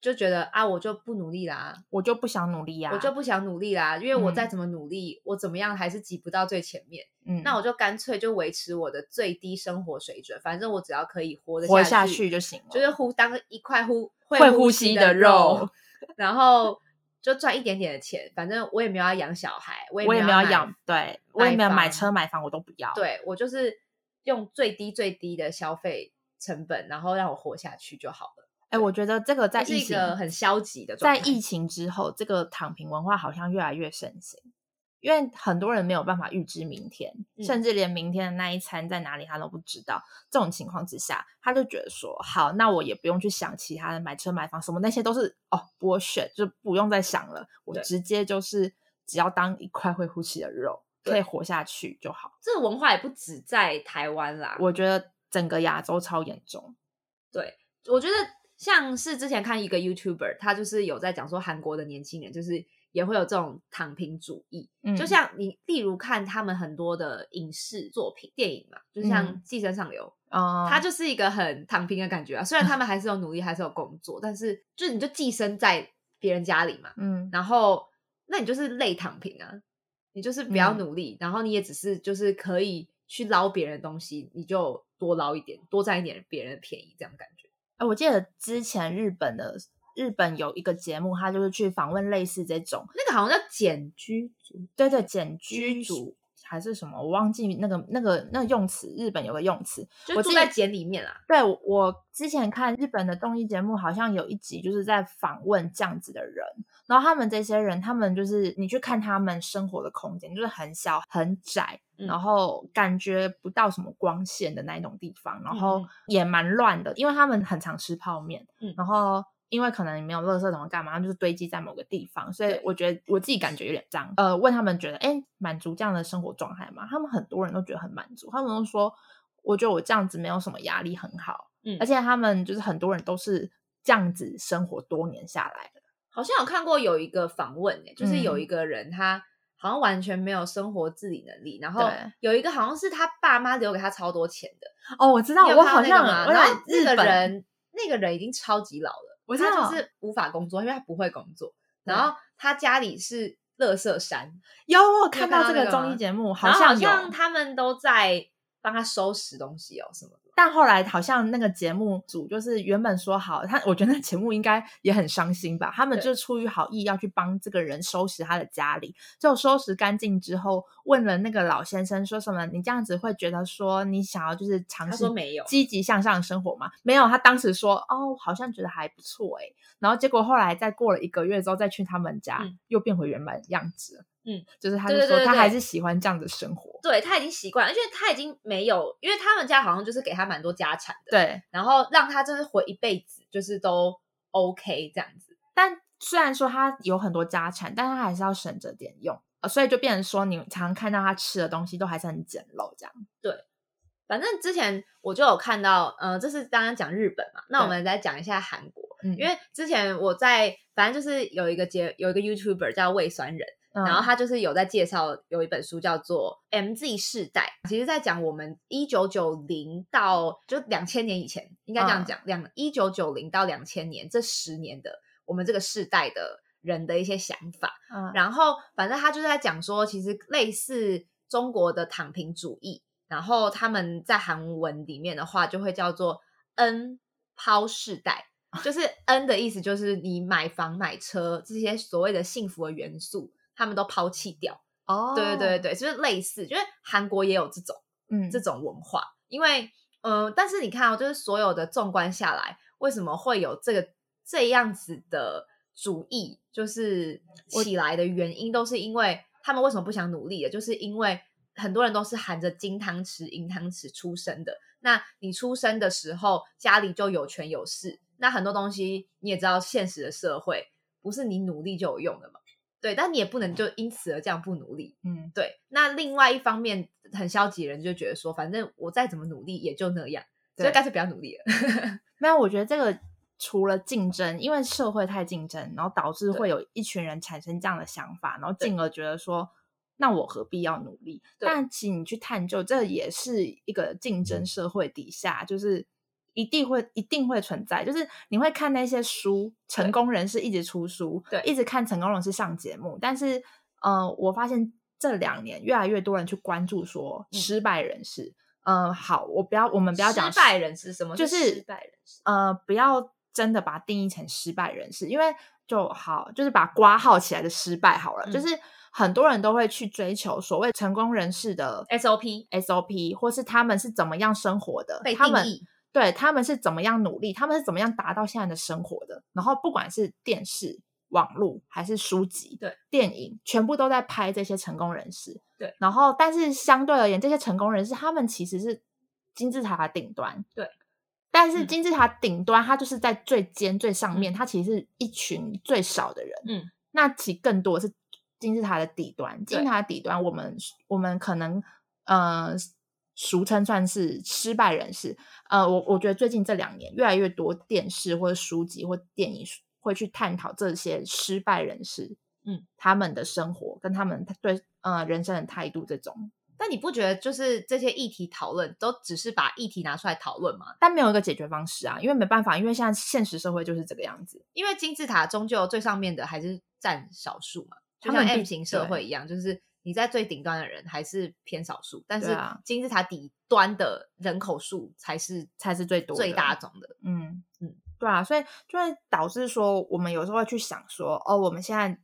[SPEAKER 3] 就觉得啊，我就不努力啦，
[SPEAKER 2] 我就不想努力呀、
[SPEAKER 3] 我就不想努力啦，因为我再
[SPEAKER 2] 嗯
[SPEAKER 3] 怎么努力，我怎么样还是挤不到最前面。
[SPEAKER 2] 嗯，
[SPEAKER 3] 那我就干脆就维持我的最低生活水准，反正我只要可以活得
[SPEAKER 2] 活
[SPEAKER 3] 下
[SPEAKER 2] 下去就行了，
[SPEAKER 3] 就是呼当一块呼
[SPEAKER 2] 会
[SPEAKER 3] 呼
[SPEAKER 2] 呼
[SPEAKER 3] 吸
[SPEAKER 2] 吸的
[SPEAKER 3] 肉
[SPEAKER 2] 肉，
[SPEAKER 3] 然后就赚一点点的钱，反正我也没有要养小孩，我也
[SPEAKER 2] 我也没有
[SPEAKER 3] 买
[SPEAKER 2] 养，，对我也
[SPEAKER 3] 买
[SPEAKER 2] 没有买
[SPEAKER 3] 房
[SPEAKER 2] 车买房，我都不要。，
[SPEAKER 3] 对我就是用最低最低的消费成本，然后让我活下去就好了。
[SPEAKER 2] 哎，我觉得这个在
[SPEAKER 3] 这
[SPEAKER 2] 疫
[SPEAKER 3] 是一
[SPEAKER 2] 情
[SPEAKER 3] 个很消极的状
[SPEAKER 2] 在
[SPEAKER 3] 态
[SPEAKER 2] 疫情之后，这个躺平文化好像越来越盛行。因为很多人没有办法预知明天，
[SPEAKER 3] 嗯
[SPEAKER 2] 甚至连明天的那一餐在哪里他都不知道。这种情况之下，他就觉得说，好，那我也不用去想其他的买车买房什么那些都是哦剥削，就不用再想了，我
[SPEAKER 3] 对
[SPEAKER 2] 直接就是只要当一块会呼吸的肉，
[SPEAKER 3] 对
[SPEAKER 2] 可以活下去就好。
[SPEAKER 3] 这个文化也不止在台湾啦，
[SPEAKER 2] 我觉得整个亚洲超严重，
[SPEAKER 3] 我觉得像是之前看一个 YouTuber，他就是有在讲说韩国的年轻人就是也会有这种躺平主义，
[SPEAKER 2] 嗯
[SPEAKER 3] 就像你例如看他们很多的影视作品、电影嘛，就像
[SPEAKER 2] 嗯
[SPEAKER 3] 《寄生上流》
[SPEAKER 2] 嗯，
[SPEAKER 3] 它就是一个很躺平的感觉啊。虽然他们还是有努力，还是有工作，但是就是你就寄生在别人家里嘛，
[SPEAKER 2] 嗯
[SPEAKER 3] 然后那你就是累躺平啊，你就是不要
[SPEAKER 2] 嗯
[SPEAKER 3] 努力，然后你也只是就是可以去捞别人的东西，你就多捞一点，多占一点别人的便宜，这样感觉。
[SPEAKER 2] 哎，我记得之前日本的日本有一个节目，他就是去访问类似这种，
[SPEAKER 3] 那个好像叫简居族，
[SPEAKER 2] 对对，简
[SPEAKER 3] 居
[SPEAKER 2] 居
[SPEAKER 3] 族
[SPEAKER 2] 还是什么，我忘记那个那个那个用词，日本有个用词。
[SPEAKER 3] 就
[SPEAKER 2] 我
[SPEAKER 3] 住
[SPEAKER 2] 自己
[SPEAKER 3] 在简里面啊啦。
[SPEAKER 2] 对我我之前看日本的综艺节目，好像有一集就是在访问这样子的人，然后他们这些人，他们就是你去看他们生活的空间，就是很小很窄，
[SPEAKER 3] 嗯
[SPEAKER 2] 然后感觉不到什么光线的那一种地方，然后
[SPEAKER 3] 嗯嗯
[SPEAKER 2] 也蛮乱的，因为他们很常吃泡面，
[SPEAKER 3] 嗯
[SPEAKER 2] 然后。因为可能没有垃圾桶干嘛，就是堆积在某个地方，所以
[SPEAKER 3] 对
[SPEAKER 2] 我觉得我自己感觉有点脏。呃，问他们觉得，哎，满足这样的生活状态吗？他们很多人都觉得很满足，他们都说，我觉得我这样子没有什么压力，很好。
[SPEAKER 3] 嗯
[SPEAKER 2] 而且他们就是很多人都是这样子生活多年下来的。
[SPEAKER 3] 好像有看过有一个访问、欸，就是有
[SPEAKER 2] 嗯
[SPEAKER 3] 一个人他好像完全没有生活自理能力，然后
[SPEAKER 2] 对
[SPEAKER 3] 有一个好像是他爸妈留给他超多钱的，
[SPEAKER 2] 哦，我知道，
[SPEAKER 3] 你有
[SPEAKER 2] 我
[SPEAKER 3] 看
[SPEAKER 2] 好
[SPEAKER 3] 到那
[SPEAKER 2] 像
[SPEAKER 3] 个吗
[SPEAKER 2] 我
[SPEAKER 3] 然
[SPEAKER 2] 在
[SPEAKER 3] 后
[SPEAKER 2] 日
[SPEAKER 3] 那个
[SPEAKER 2] 本，
[SPEAKER 3] 人那个人已经超级老了，
[SPEAKER 2] 我知
[SPEAKER 3] 他
[SPEAKER 2] 道
[SPEAKER 3] 就是无法工作，因为他不会工作，
[SPEAKER 2] 对
[SPEAKER 3] 然后他家里是垃圾山，
[SPEAKER 2] 有我有
[SPEAKER 3] 你有
[SPEAKER 2] 看
[SPEAKER 3] 看
[SPEAKER 2] 到
[SPEAKER 3] 到
[SPEAKER 2] 这
[SPEAKER 3] 那
[SPEAKER 2] 个
[SPEAKER 3] 个
[SPEAKER 2] 综
[SPEAKER 3] 吗
[SPEAKER 2] 艺节目，
[SPEAKER 3] 然后好
[SPEAKER 2] 像有，
[SPEAKER 3] 像他们都在帮他收拾东西哦什么的。
[SPEAKER 2] 但后来好像那个节目组就是原本说好，他我觉得那节目应该也很伤心吧。他们
[SPEAKER 3] 对
[SPEAKER 2] 就出于好意要去帮这个人收拾他的家里，就收拾干净之后，问了那个老先生说什么：“你这样子会觉得说你想要就是尝
[SPEAKER 3] 他
[SPEAKER 2] 试
[SPEAKER 3] 说没有
[SPEAKER 2] 积极向上的生活吗？”没有，他当时说：“哦，好像觉得还不错诶。”然后结果后来再过了一个月之后再去他们家，
[SPEAKER 3] 嗯
[SPEAKER 2] 又变回原本的样子了。
[SPEAKER 3] 嗯，
[SPEAKER 2] 就是他就
[SPEAKER 3] 对
[SPEAKER 2] 说
[SPEAKER 3] 对对
[SPEAKER 2] 他
[SPEAKER 3] 对
[SPEAKER 2] 还是喜欢这样的生活。
[SPEAKER 3] 对他已经习惯了，而且他已经没有，因为他们家好像就是给他蛮多家产的，
[SPEAKER 2] 对，
[SPEAKER 3] 然后让他就是活一辈子，就是都 OK 这样子。
[SPEAKER 2] 但虽然说他有很多家产，但他还是要省着点用，呃所以就变成说，你常看到他吃的东西都还是很简陋这样。
[SPEAKER 3] 反正之前我就有看到，呃，这是刚刚讲日本嘛，那我
[SPEAKER 2] 对
[SPEAKER 3] 们来讲一下韩国，
[SPEAKER 2] 嗯，
[SPEAKER 3] 因为之前我在反正就是有一个节有一个 YouTuber 叫胃酸人，
[SPEAKER 2] 嗯
[SPEAKER 3] 然后他就是有在介绍有一本书叫做《MZ 世代》，其实在讲我们一九九零到就两千年以前，应该这
[SPEAKER 2] 嗯
[SPEAKER 3] 样讲，两一九九零到两千年这十年的我们这个世代的人的一些想法。
[SPEAKER 2] 嗯
[SPEAKER 3] 然后反正他就是在讲说，其实类似中国的躺平主义，然后他们在韩文里面的话就会叫做 N 抛世代。就是 N 的意思，就是你买房、买车这些所谓的幸福的元素，他们都抛弃掉。
[SPEAKER 2] 哦
[SPEAKER 3] 对对对，对，就是类似，就是韩国也有这种
[SPEAKER 2] 嗯，
[SPEAKER 3] 这种文化，因为呃，但是你看哦，就是所有的纵观下来，为什么会有这个这样子的主义，就是
[SPEAKER 2] 我
[SPEAKER 3] 起来的原因，都是因为他们为什么不想努力的，就是因为很多人都是含着金汤匙、银汤匙出生的。那你出生的时候，家里就有权有势，那很多东西你也知道，现实的社会不是你努力就有用的嘛。对，但你也不能就因此而这样不努力，
[SPEAKER 2] 嗯，
[SPEAKER 3] 对，那另外一方面，很消极的人就觉得说，反正我再怎么努力也就那样，所以
[SPEAKER 2] 对
[SPEAKER 3] 干脆不要努力了。
[SPEAKER 2] 没有，我觉得这个除了竞争，因为社会太竞争，然后导致
[SPEAKER 3] 对
[SPEAKER 2] 会有一群人产生这样的想法，然后
[SPEAKER 3] 对
[SPEAKER 2] 进而觉得说，那我何必要努力？
[SPEAKER 3] 对嗯
[SPEAKER 2] 但其实你去探究，这也是一个竞争社会底下，就是。一定会一定会存在，就是你会看那些书，成
[SPEAKER 3] 对
[SPEAKER 2] 功人士一直出书，
[SPEAKER 3] 对
[SPEAKER 2] 一直看成功人士上节目。但是，呃，我发现这两年越来越多人去关注说
[SPEAKER 3] 嗯
[SPEAKER 2] 失败人士。嗯、呃，好，我不要，我们不要讲
[SPEAKER 3] 失败人是什么？
[SPEAKER 2] 就是
[SPEAKER 3] 失败人士。
[SPEAKER 2] 呃，不要真的把它定义成失败人士，因为就好，就是把挂号起来的失败好了，就
[SPEAKER 3] 嗯
[SPEAKER 2] 是很多人都会去追求所谓成功人士的
[SPEAKER 3] 哎 SOP
[SPEAKER 2] SOP，或是他们是怎么样生活的，
[SPEAKER 3] 被
[SPEAKER 2] 他
[SPEAKER 3] 定
[SPEAKER 2] 们
[SPEAKER 3] 义，
[SPEAKER 2] 对他们是怎么样努力，他们是怎么样达到现在的生活的。然后不管是电视、网络还是书籍、
[SPEAKER 3] 对
[SPEAKER 2] 电影，全部都在拍这些成功人士。
[SPEAKER 3] 对，
[SPEAKER 2] 然后但是相对而言，这些成功人士他们其实是金字塔的顶端。
[SPEAKER 3] 对，
[SPEAKER 2] 但是
[SPEAKER 3] 嗯
[SPEAKER 2] 金字塔顶端，它就是在最尖最上面，它其实是一群最少的人。
[SPEAKER 3] 嗯，
[SPEAKER 2] 那其实更多是金字塔的底端。金
[SPEAKER 3] 对
[SPEAKER 2] 字塔的底端，我们我们可能呃俗称算是失败人士。呃，我我觉得最近这两年越来越多电视或者书籍或电影会去探讨这些失败人士，
[SPEAKER 3] 嗯，
[SPEAKER 2] 他们的生活跟他们对呃人生的态度这种，
[SPEAKER 3] 但你不觉得就是这些议题讨论都只是把议题拿出来讨论吗？
[SPEAKER 2] 但没有一个解决方式啊，因为没办法，因为现在现实社会就是这个样子。
[SPEAKER 3] 因为金字塔终究最上面的还是占少数嘛，就
[SPEAKER 2] 他
[SPEAKER 3] 像
[SPEAKER 2] 们必
[SPEAKER 3] M 型社
[SPEAKER 2] 对
[SPEAKER 3] 会一样，就是你在最顶端的人还是偏少数，但
[SPEAKER 2] 对
[SPEAKER 3] 是
[SPEAKER 2] 啊
[SPEAKER 3] 金字塔底端的人口数才是
[SPEAKER 2] 才是最多
[SPEAKER 3] 最
[SPEAKER 2] 的
[SPEAKER 3] 大众的。
[SPEAKER 2] 嗯
[SPEAKER 3] 嗯
[SPEAKER 2] 嗯，对啊，所以就会导致说，我们有时候会去想说，哦，我们现在，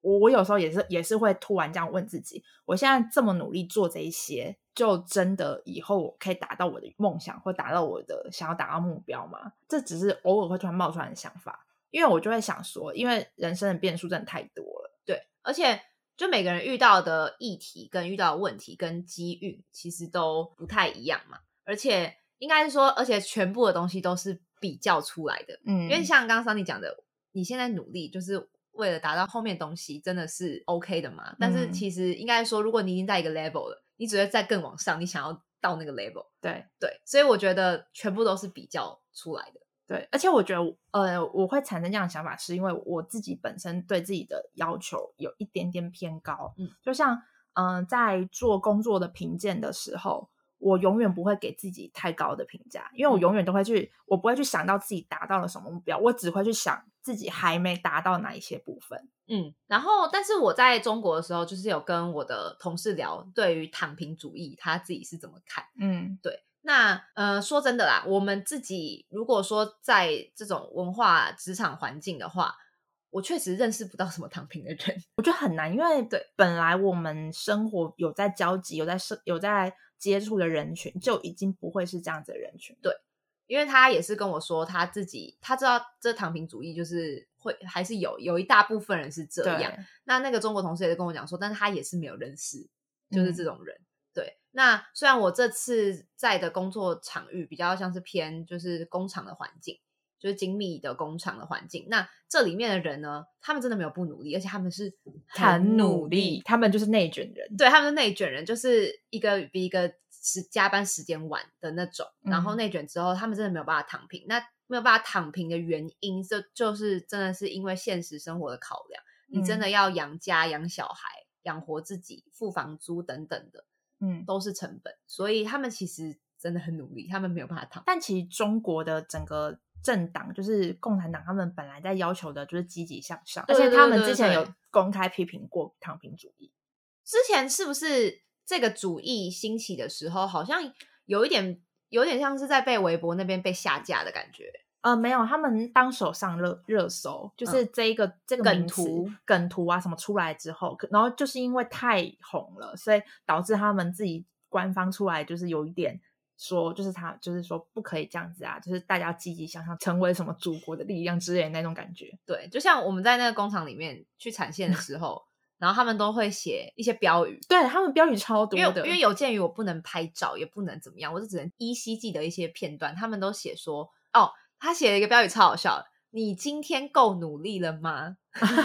[SPEAKER 2] 我我有时候也是也是会突然这样问自己，我现在这么努力做这一些，就真的以后我可以达到我的梦想，或达到我的想要达到目标吗？这只是偶尔会突然冒出来的想法，因为我就会想说，因为人生的变数真的太多了，
[SPEAKER 3] 对，而且就每个人遇到的议题、跟遇到的问题、跟机遇，其实都不太一样嘛。而且应该是说，而且全部的东西都是比较出来的。因
[SPEAKER 2] 嗯，
[SPEAKER 3] 为像刚刚桑尼讲的，你现在努力就是为了达到后面东西，真的是 OK 的嘛？但是
[SPEAKER 2] 嗯
[SPEAKER 3] 其实应该说，如果你已经在一个 level 了，你只会再更往上，你想要到那个 level。
[SPEAKER 2] 对。
[SPEAKER 3] 对，所以我觉得全部都是比较出来的。
[SPEAKER 2] 对，而且我觉得我，呃，我会产生这样的想法，是因为我自己本身对自己的要求有一点点偏高。
[SPEAKER 3] 嗯，
[SPEAKER 2] 就像，嗯、在做工作的评鉴的时候，我永远不会给自己太高的评价，因为我
[SPEAKER 3] 嗯
[SPEAKER 2] 永远都会去，我不会去想到自己达到了什么目标，我只会去想自己还没达到哪一些部分。
[SPEAKER 3] 嗯，然后但是我在中国的时候，就是有跟我的同事聊对于躺平主义他自己是怎么看。
[SPEAKER 2] 嗯
[SPEAKER 3] 那呃，说真的啦，我们自己如果说在这种文化职场环境的话，我确实认识不到什么躺平的人。
[SPEAKER 2] 我觉得很难，因为对本来我们生活有在交集、有在社、有在接触的人群，就已经不会是这样子的人群。
[SPEAKER 3] 因为他也是跟我说他自己，他知道这躺平主义就是会还是有有一大部分人是这样。
[SPEAKER 2] 对，
[SPEAKER 3] 那那个中国同事也是跟我讲说，但是他也是没有认识，就是这
[SPEAKER 2] 嗯
[SPEAKER 3] 种人。对，那虽然我这次在的工作场域比较像是偏就是工厂的环境，就是精密的工厂的环境，那这里面的人呢，他们真的没有不努力，而且他们是
[SPEAKER 2] 很努力，，他们就是内卷人。
[SPEAKER 3] 对，他们是内卷人，就是一个比一个时加班时间晚的那种，然后
[SPEAKER 2] 嗯
[SPEAKER 3] 内卷之后，他们真的没有办法躺平。那没有办法躺平的原因，这就是真的是因为现实生活的考量，你真
[SPEAKER 2] 嗯
[SPEAKER 3] 的要养家、养小孩、养活自己、付房租等等的，
[SPEAKER 2] 嗯，
[SPEAKER 3] 都是成本。所以他们其实真的很努力，他们没有办法躺平。
[SPEAKER 2] 但其实中国的整个政党就是共产党，他们本来在要求的就是积极向上，
[SPEAKER 3] 对
[SPEAKER 2] 而且
[SPEAKER 3] 对
[SPEAKER 2] 他
[SPEAKER 3] 对
[SPEAKER 2] 们
[SPEAKER 3] 对
[SPEAKER 2] 之前
[SPEAKER 3] 对
[SPEAKER 2] 有公开批评过躺平主义。
[SPEAKER 3] 之前是不是这个主义兴起的时候，好像有一点，有点像是在被微博那边被下架的感觉？
[SPEAKER 2] 呃，没有，他们当首上热热搜，就是这一个、这个
[SPEAKER 3] 嗯梗
[SPEAKER 2] 名词
[SPEAKER 3] 图、
[SPEAKER 2] 梗图啊什么出来之后，可然后就是因为太红了，所以导致他们自己官方出来就是有一点说，就是他就是说不可以这样子啊，就是大家积极向上，成为什么祖国的力量之类的那种感觉。
[SPEAKER 3] 对，就像我们在那个工厂里面去产线 的时候，然后他们都会写一些标语，
[SPEAKER 2] 对他们标语超多
[SPEAKER 3] 因为
[SPEAKER 2] 的，
[SPEAKER 3] 因为有鉴于我不能拍照，也不能怎么样，我就只能依稀记得一些片段。他们都写说，哦，他写了一个标语超好笑的，你今天够努力了吗？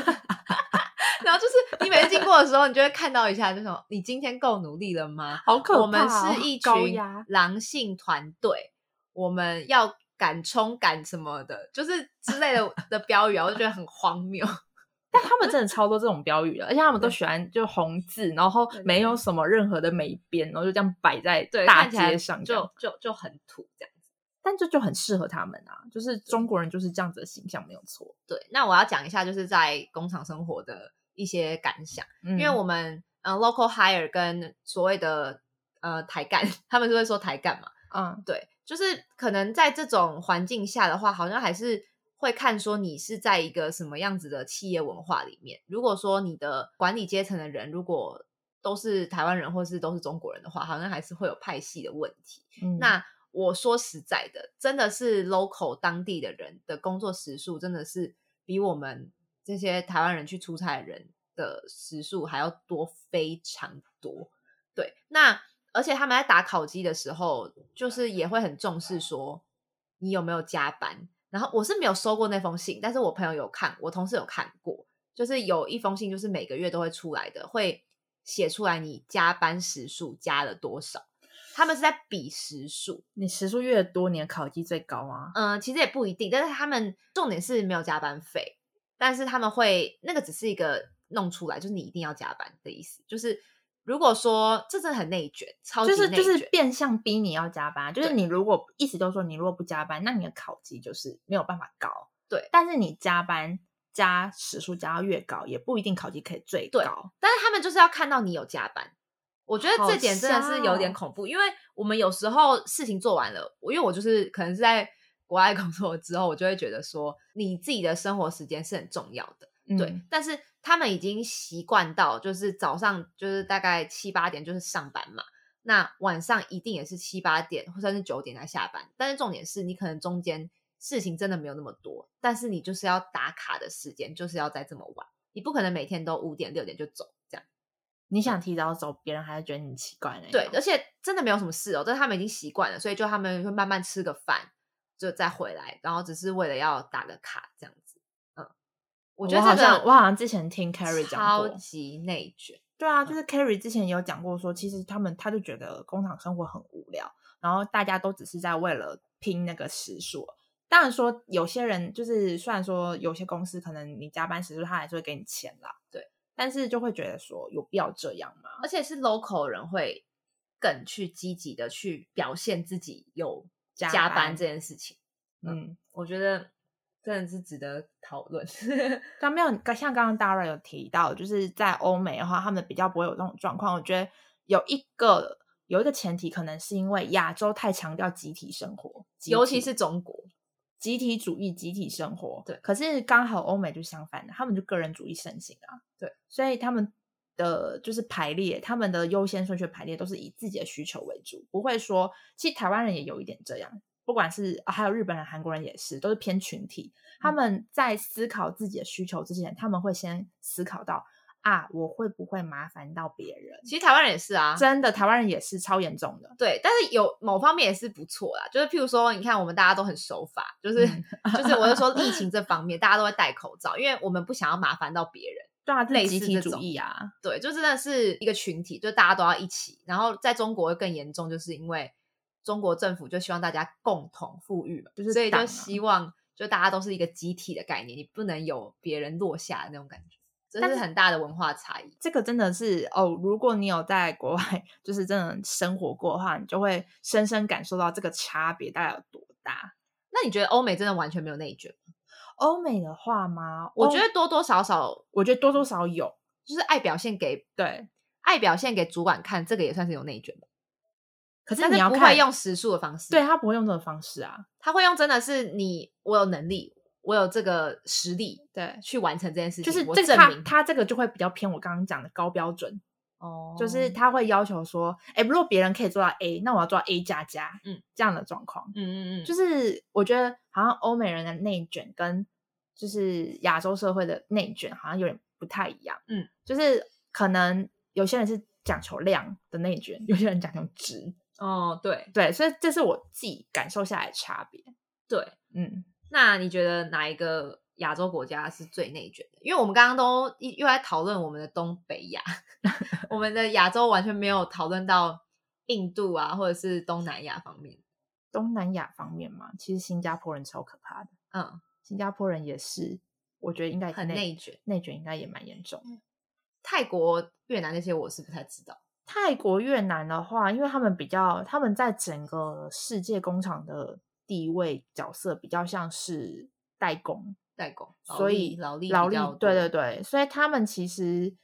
[SPEAKER 3] 然后就是你每次经过的时候，你就会看到一下这种，你今天够努力了吗？
[SPEAKER 2] 好可怕、哦！
[SPEAKER 3] 我们是一
[SPEAKER 2] 高
[SPEAKER 3] 群
[SPEAKER 2] 压，
[SPEAKER 3] 狼性团队，我们要敢冲敢什么的，就是之类的的标语啊，我就觉得很荒谬。
[SPEAKER 2] 但他们真的超多这种标语的，而且他们都
[SPEAKER 3] 对
[SPEAKER 2] 喜欢就红字，然后
[SPEAKER 3] 对对
[SPEAKER 2] 没有
[SPEAKER 3] 对
[SPEAKER 2] 什么任何的美编，然后就这样摆在
[SPEAKER 3] 对，
[SPEAKER 2] 大
[SPEAKER 3] 看起来
[SPEAKER 2] 街上这样
[SPEAKER 3] 就就就很土这样。
[SPEAKER 2] 但这就很适合他们啊，就是中国人就是这样子的形象没有错，
[SPEAKER 3] 对，那我要讲一下，就是在工厂生活的一些感想，
[SPEAKER 2] 因
[SPEAKER 3] 因为我们呃 local hire 跟所谓的呃台干， 他们是会说台干嘛？
[SPEAKER 2] 嗯
[SPEAKER 3] 对，就是可能在这种环境下的话，好像还是会看说你是在一个什么样子的企业文化里面。如果说你的管理阶层的人如果都是台湾人或是都是中国人的话，好像还是会有派系的问题。
[SPEAKER 2] 嗯
[SPEAKER 3] 那我说实在的，真的是 local 当地的人的工作时数真的是比我们这些台湾人去出差的人的时数还要多非常多。对，那而且他们在打烤鸡的时候，就是也会很重视说你有没有加班。然后我是没有收过那封信，但是我朋友有看，我同事有看过，就是有一封信，就是每个月都会出来的，会写出来你加班时数加了多少。他们是在比时数，
[SPEAKER 2] 你时数越多，你的考绩最高啊。
[SPEAKER 3] 嗯、其实也不一定，但是他们重点是没有加班费，但是他们会那个只是一个弄出来，就是你一定要加班的意思，就是。如果说这真的很内卷，呃超级
[SPEAKER 2] 就
[SPEAKER 3] 内卷，
[SPEAKER 2] 是就是变相逼你要加班，啊就是
[SPEAKER 3] 对
[SPEAKER 2] 你如果一直都说你如果不加班，那你的考绩就是没有办法高。
[SPEAKER 3] 对
[SPEAKER 2] 但是你加班加时数加到越高，也不一定考绩可以最
[SPEAKER 3] 对
[SPEAKER 2] 高。
[SPEAKER 3] 但是他们就是要看到你有加班，我觉得
[SPEAKER 2] 好
[SPEAKER 3] 这点真的是有点
[SPEAKER 2] 笑
[SPEAKER 3] 恐怖，因为我们有时候事情做完了，我因为我就是可能是在国外工作之后，我就会觉得说你自己的生活时间是很重要的，对
[SPEAKER 2] 嗯，。
[SPEAKER 3] 但是他们已经习惯到，就是早上就是大概七八点就是上班嘛，那晚上一定也是七八点或甚至九点才下班。但是重点是你可能中间事情真的没有那么多，但是你就是要打卡的时间就是要在这么晚，你不可能每天都五点六点就走这样。
[SPEAKER 2] 你想提早走，别人还是觉得你奇怪呢。
[SPEAKER 3] 对，而且真的没有什么事哦，但是他们已经习惯了，所以就他们会慢慢吃个饭就再回来，然后只是为了要打个卡这样子。嗯，我觉得
[SPEAKER 2] 好
[SPEAKER 3] 这
[SPEAKER 2] 像
[SPEAKER 3] 个
[SPEAKER 2] 我好像之前听 Carrie 讲
[SPEAKER 3] 超
[SPEAKER 2] 过，
[SPEAKER 3] 级内卷。
[SPEAKER 2] 对啊，就是 Carrie 之前有讲过说，其实他们他就觉得工厂生活很无聊，然后大家都只是在为了拼那个时数。当然说有些人就是虽然说有些公司可能你加班时数他还是会给你钱啦，
[SPEAKER 3] 对，
[SPEAKER 2] 但是就会觉得说有必要这样吗？
[SPEAKER 3] 而且是 local 人会更去积极的去表现自己有
[SPEAKER 2] 加
[SPEAKER 3] 加班
[SPEAKER 2] 班
[SPEAKER 3] 这件事情，
[SPEAKER 2] 嗯，
[SPEAKER 3] 我觉得真的是值得讨论。
[SPEAKER 2] 但没有像刚刚 Dara 有提到，就是在欧美的话，他们比较不会有这种状况。我觉得有一个有一个前提，可能是因为亚洲太强调集体生活， 集
[SPEAKER 3] 尤其
[SPEAKER 2] 体嗯
[SPEAKER 3] 是中国，
[SPEAKER 2] 集体主义、集体生活。
[SPEAKER 3] 对
[SPEAKER 2] 可是刚好欧美就相反的，他们就个人主义盛行啊。
[SPEAKER 3] 对，
[SPEAKER 2] 所以他们的就是排列，他们的优先顺序排列都是以自己的需求为主，不会说，其实台湾人也有一点这样，不管是、啊还有日本人、韩国人也是，都是偏群体。
[SPEAKER 3] 嗯
[SPEAKER 2] 他们在思考自己的需求之前，他们会先思考到啊，我会不会麻烦到别人？
[SPEAKER 3] 其实台湾人也是啊，
[SPEAKER 2] 真的，台湾人也是超严重的。
[SPEAKER 3] 对，但是有某方面也是不错啦。就是譬如说，你看我们大家都很守法，就是、
[SPEAKER 2] 嗯
[SPEAKER 3] 就是我就说疫情这方面，大家都会戴口罩，因为我们不想要麻烦到别人。
[SPEAKER 2] 对啊，这
[SPEAKER 3] 类
[SPEAKER 2] 是集
[SPEAKER 3] 似
[SPEAKER 2] 体
[SPEAKER 3] 这
[SPEAKER 2] 主
[SPEAKER 3] 种
[SPEAKER 2] 义啊，
[SPEAKER 3] 对，就真的是一个群体，就大家都要一起。然后在中国会更严重，就是因为中国政府就希望大家共同富裕嘛，
[SPEAKER 2] 就是
[SPEAKER 3] 所以
[SPEAKER 2] 党
[SPEAKER 3] 就
[SPEAKER 2] 啊
[SPEAKER 3] 希望就大家都是一个集体的概念，你不能有别人落下的那种感觉，这
[SPEAKER 2] 但
[SPEAKER 3] 是
[SPEAKER 2] 是
[SPEAKER 3] 很大的文化差异。
[SPEAKER 2] 这个真的是哦，如果你有在国外就是真的生活过的话，你就会深深感受到这个差别大概有多大。
[SPEAKER 3] 那你觉得欧美真的完全没有内卷吗？
[SPEAKER 2] 欧美的话吗？
[SPEAKER 3] 我
[SPEAKER 2] 欧
[SPEAKER 3] 觉得多多少少
[SPEAKER 2] 我觉得多多少少有，
[SPEAKER 3] 就是爱表现给
[SPEAKER 2] 对。
[SPEAKER 3] 爱表现给主管看，这个也算是有内卷吧。
[SPEAKER 2] 可是
[SPEAKER 3] 但
[SPEAKER 2] 你
[SPEAKER 3] 是
[SPEAKER 2] 要
[SPEAKER 3] 不
[SPEAKER 2] 看
[SPEAKER 3] 会，用实数的方式，
[SPEAKER 2] 对他啊不会用这种方式啊，
[SPEAKER 3] 他会用真的是你我有能力，我有这个实力
[SPEAKER 2] 对，
[SPEAKER 3] 去完成这件事情，
[SPEAKER 2] 就是
[SPEAKER 3] 我
[SPEAKER 2] 这个
[SPEAKER 3] 证
[SPEAKER 2] 他
[SPEAKER 3] 明
[SPEAKER 2] 他这个就会比较偏我刚刚讲的高标准，
[SPEAKER 3] 哦
[SPEAKER 2] 就是他会要求说，哎，如果别人可以做到 A，那我要做到 A 加加，
[SPEAKER 3] 嗯，
[SPEAKER 2] 这样的状况。
[SPEAKER 3] 嗯嗯嗯，
[SPEAKER 2] 就是是我觉得好像欧美人的内卷跟就是亚洲社会的内卷好像有点不太一样。
[SPEAKER 3] 嗯，
[SPEAKER 2] 就是可能有些人是讲求量的内卷，有些人讲求值。
[SPEAKER 3] 哦，对
[SPEAKER 2] 对，所以这是我自己感受下来的差别。
[SPEAKER 3] 对。
[SPEAKER 2] 嗯，
[SPEAKER 3] 那你觉得哪一个亚洲国家是最内卷的？因为我们刚刚都一又在讨论我们的东北亚， 我们的亚洲完全没有讨论到印度啊，或者是东南亚方面。
[SPEAKER 2] 东南亚方面嘛，其实新加坡人超可怕的，
[SPEAKER 3] 嗯，
[SPEAKER 2] 新加坡人也是，我觉得应该
[SPEAKER 3] 很内卷，
[SPEAKER 2] 内卷应该也蛮严重的。
[SPEAKER 3] 泰国、越南那些我是不太知道。
[SPEAKER 2] 泰国、越南的话，因为他们比较，他们在整个世界工厂的地位角色比较像是代工，
[SPEAKER 3] 代工，劳
[SPEAKER 2] 所
[SPEAKER 3] 力
[SPEAKER 2] 以
[SPEAKER 3] 劳力
[SPEAKER 2] 劳
[SPEAKER 3] 比
[SPEAKER 2] 力
[SPEAKER 3] 较，
[SPEAKER 2] 对
[SPEAKER 3] 多
[SPEAKER 2] 对对，所以他们其实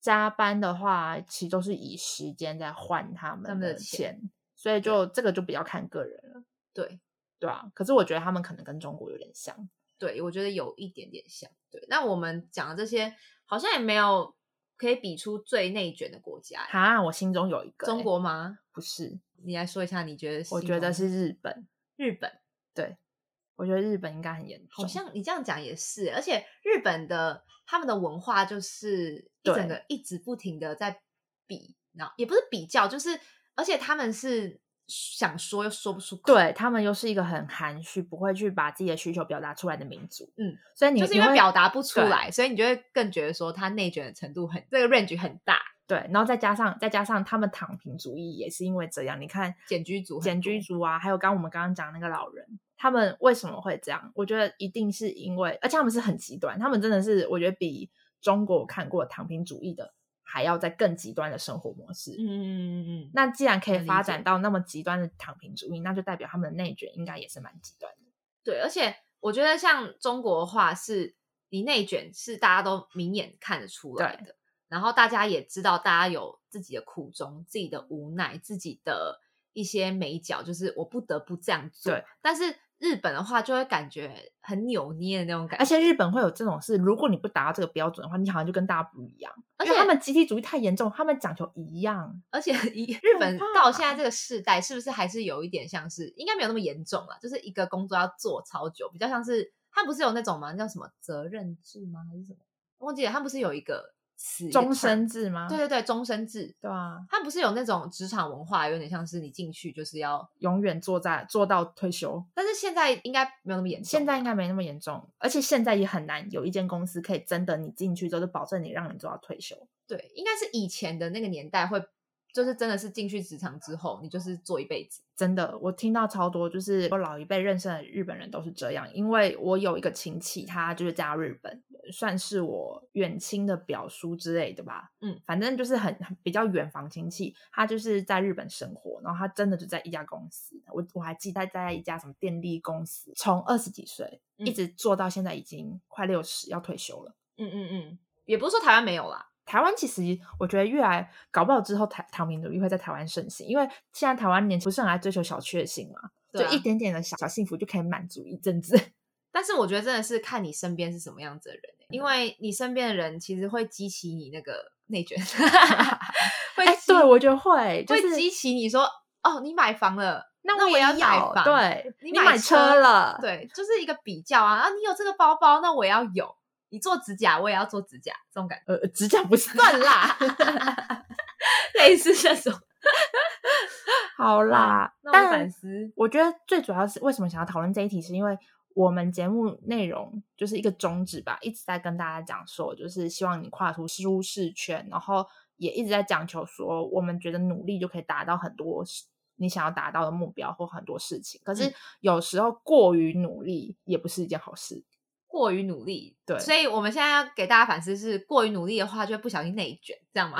[SPEAKER 2] 加班的话，其实都是以时间在换他
[SPEAKER 3] 他
[SPEAKER 2] 们
[SPEAKER 3] 们的
[SPEAKER 2] 的
[SPEAKER 3] 钱
[SPEAKER 2] 钱，所以就这个就比较看个人了，
[SPEAKER 3] 对
[SPEAKER 2] 对啊。可是我觉得他们可能跟中国有点像，
[SPEAKER 3] 对，我觉得有一点点像。对，那我们讲的这些好像也没有可以比出最内卷的国家欸。
[SPEAKER 2] 哈，我心中有一个、
[SPEAKER 3] 中
[SPEAKER 2] 欸
[SPEAKER 3] 国吗？
[SPEAKER 2] 不是，
[SPEAKER 3] 你来说一下，你觉得心
[SPEAKER 2] 我
[SPEAKER 3] 中？
[SPEAKER 2] 觉得是日本，
[SPEAKER 3] 日本。
[SPEAKER 2] 对，我觉得日本应该很严重。
[SPEAKER 3] 好像你这样讲也是，欸而且日本的他们的文化就是一整个一直不停的在比，然后也不是比较，就是而且他们是想说又说不出口，
[SPEAKER 2] 对他们又是一个很含蓄，不会去把自己的需求表达出来的民族。
[SPEAKER 3] 嗯，
[SPEAKER 2] 所以你
[SPEAKER 3] 就是
[SPEAKER 2] 你
[SPEAKER 3] 因为
[SPEAKER 2] 会
[SPEAKER 3] 表达不出
[SPEAKER 2] 对
[SPEAKER 3] 来，所以你就会更觉得说他内卷的程度很这个 range 很大，
[SPEAKER 2] 对，然后再加上再加上他们躺平主义也是因为这样。你看
[SPEAKER 3] 简居族很
[SPEAKER 2] 简居
[SPEAKER 3] 多
[SPEAKER 2] 族啊，还有刚我们刚刚讲那个老人，他们为什么会这样？我觉得一定是因为，而且他们是很极端，他们真的是我觉得比中国我看过的躺平主义的还要在更极端的生活模式。
[SPEAKER 3] 嗯嗯嗯嗯嗯，
[SPEAKER 2] 那既然可以
[SPEAKER 3] 能理
[SPEAKER 2] 发
[SPEAKER 3] 解
[SPEAKER 2] 展到那么极端的躺平主义，那就代表他们的内卷应该也是蛮极端的。
[SPEAKER 3] 对，而且我觉得像中国的话是，你内卷是大家都明眼看得出来的，然后大家也知道大家有自己的苦衷、自己的无奈、自己的一些美角，就是我不得不这样做。
[SPEAKER 2] 对，
[SPEAKER 3] 但是日本的话就会感觉很扭捏的那种感觉，
[SPEAKER 2] 而且日本会有这种事，如果你不达到这个标准的话，你好像就跟大家不一样，
[SPEAKER 3] 而
[SPEAKER 2] 因
[SPEAKER 3] 且
[SPEAKER 2] 为他们集体主义太严重，他们讲求一样。
[SPEAKER 3] 而 且以日本
[SPEAKER 2] 怕哦
[SPEAKER 3] 到现在这个世代，是不是还是有一点像是，应该没有那么严重了，就是一个工作要做超久，比较像是他不是有那种吗？叫什么责任制吗？还是什么？忘记了，他不是有一个词，一个
[SPEAKER 2] 终
[SPEAKER 3] term
[SPEAKER 2] 身制吗？
[SPEAKER 3] 对对对，终身制，
[SPEAKER 2] 对啊，
[SPEAKER 3] 他不是有那种职场文化，有点像是你进去就是要，
[SPEAKER 2] 永远坐在做到退休，
[SPEAKER 3] 但是现在应该没有那么严重。
[SPEAKER 2] 现在应该没那么严重，而且现在也很难有一间公司可以真的你进去之后就保证你让你做到退休。
[SPEAKER 3] 对，应该是以前的那个年代会，就是真的是进去职场之后，你就是做一辈子。
[SPEAKER 2] 真的，我听到超多，就是我老一辈认识的日本人都是这样。因为我有一个亲戚，他就是嫁日本，算是我远亲的表叔之类的吧。
[SPEAKER 3] 嗯，
[SPEAKER 2] 反正就是很很比较远房亲戚，他就是在日本生活，然后他真的就在一家公司，我我还记得他在一家什么电力公司，从二十几岁
[SPEAKER 3] 嗯
[SPEAKER 2] 一直做到现在已经快六十，要退休了。
[SPEAKER 3] 嗯嗯嗯，也不是说台湾没有啦，
[SPEAKER 2] 台湾其实我觉得越来搞不好之后台躺平主义会在台湾盛行，因为现在台湾年轻不是很爱追求小确幸嘛，
[SPEAKER 3] 对啊
[SPEAKER 2] 就一点点的小小幸福就可以满足一阵子。
[SPEAKER 3] 但是我觉得真的是看你身边是什么样子的人欸、
[SPEAKER 2] 嗯
[SPEAKER 3] 因为你身边的人其实会激起你那个内 卷，会
[SPEAKER 2] 哎、
[SPEAKER 3] 激
[SPEAKER 2] 对，我觉得会，就
[SPEAKER 3] 会
[SPEAKER 2] 是
[SPEAKER 3] 激起你说哦，你买房了，
[SPEAKER 2] 那
[SPEAKER 3] 我也
[SPEAKER 2] 也
[SPEAKER 3] 要买
[SPEAKER 2] 有
[SPEAKER 3] 房
[SPEAKER 2] 对，
[SPEAKER 3] 你
[SPEAKER 2] 你
[SPEAKER 3] 买
[SPEAKER 2] 车
[SPEAKER 3] 车
[SPEAKER 2] 了，
[SPEAKER 3] 对，就是一个比较啊，啊，你有这个包包，那我也要有；你做指甲，我也要做指甲，这种感觉
[SPEAKER 2] 呃，指甲不算
[SPEAKER 3] 算啦，类似这种。
[SPEAKER 2] 好啦，
[SPEAKER 3] 那我
[SPEAKER 2] 但
[SPEAKER 3] 反思，
[SPEAKER 2] 我觉得最主要是为什么想要讨论这一题，是因为我们节目内容就是一个宗旨吧，一直在跟大家讲说，就是希望你跨出舒适圈，然后也一直在讲求说，我们觉得努力就可以达到很多事你想要达到的目标或很多事情。可是
[SPEAKER 3] 嗯
[SPEAKER 2] 有时候过于努力也不是一件好事。
[SPEAKER 3] 过于努力，
[SPEAKER 2] 对
[SPEAKER 3] 所以我们现在要给大家反思是，过于努力的话，就会不小心内卷，这样吗？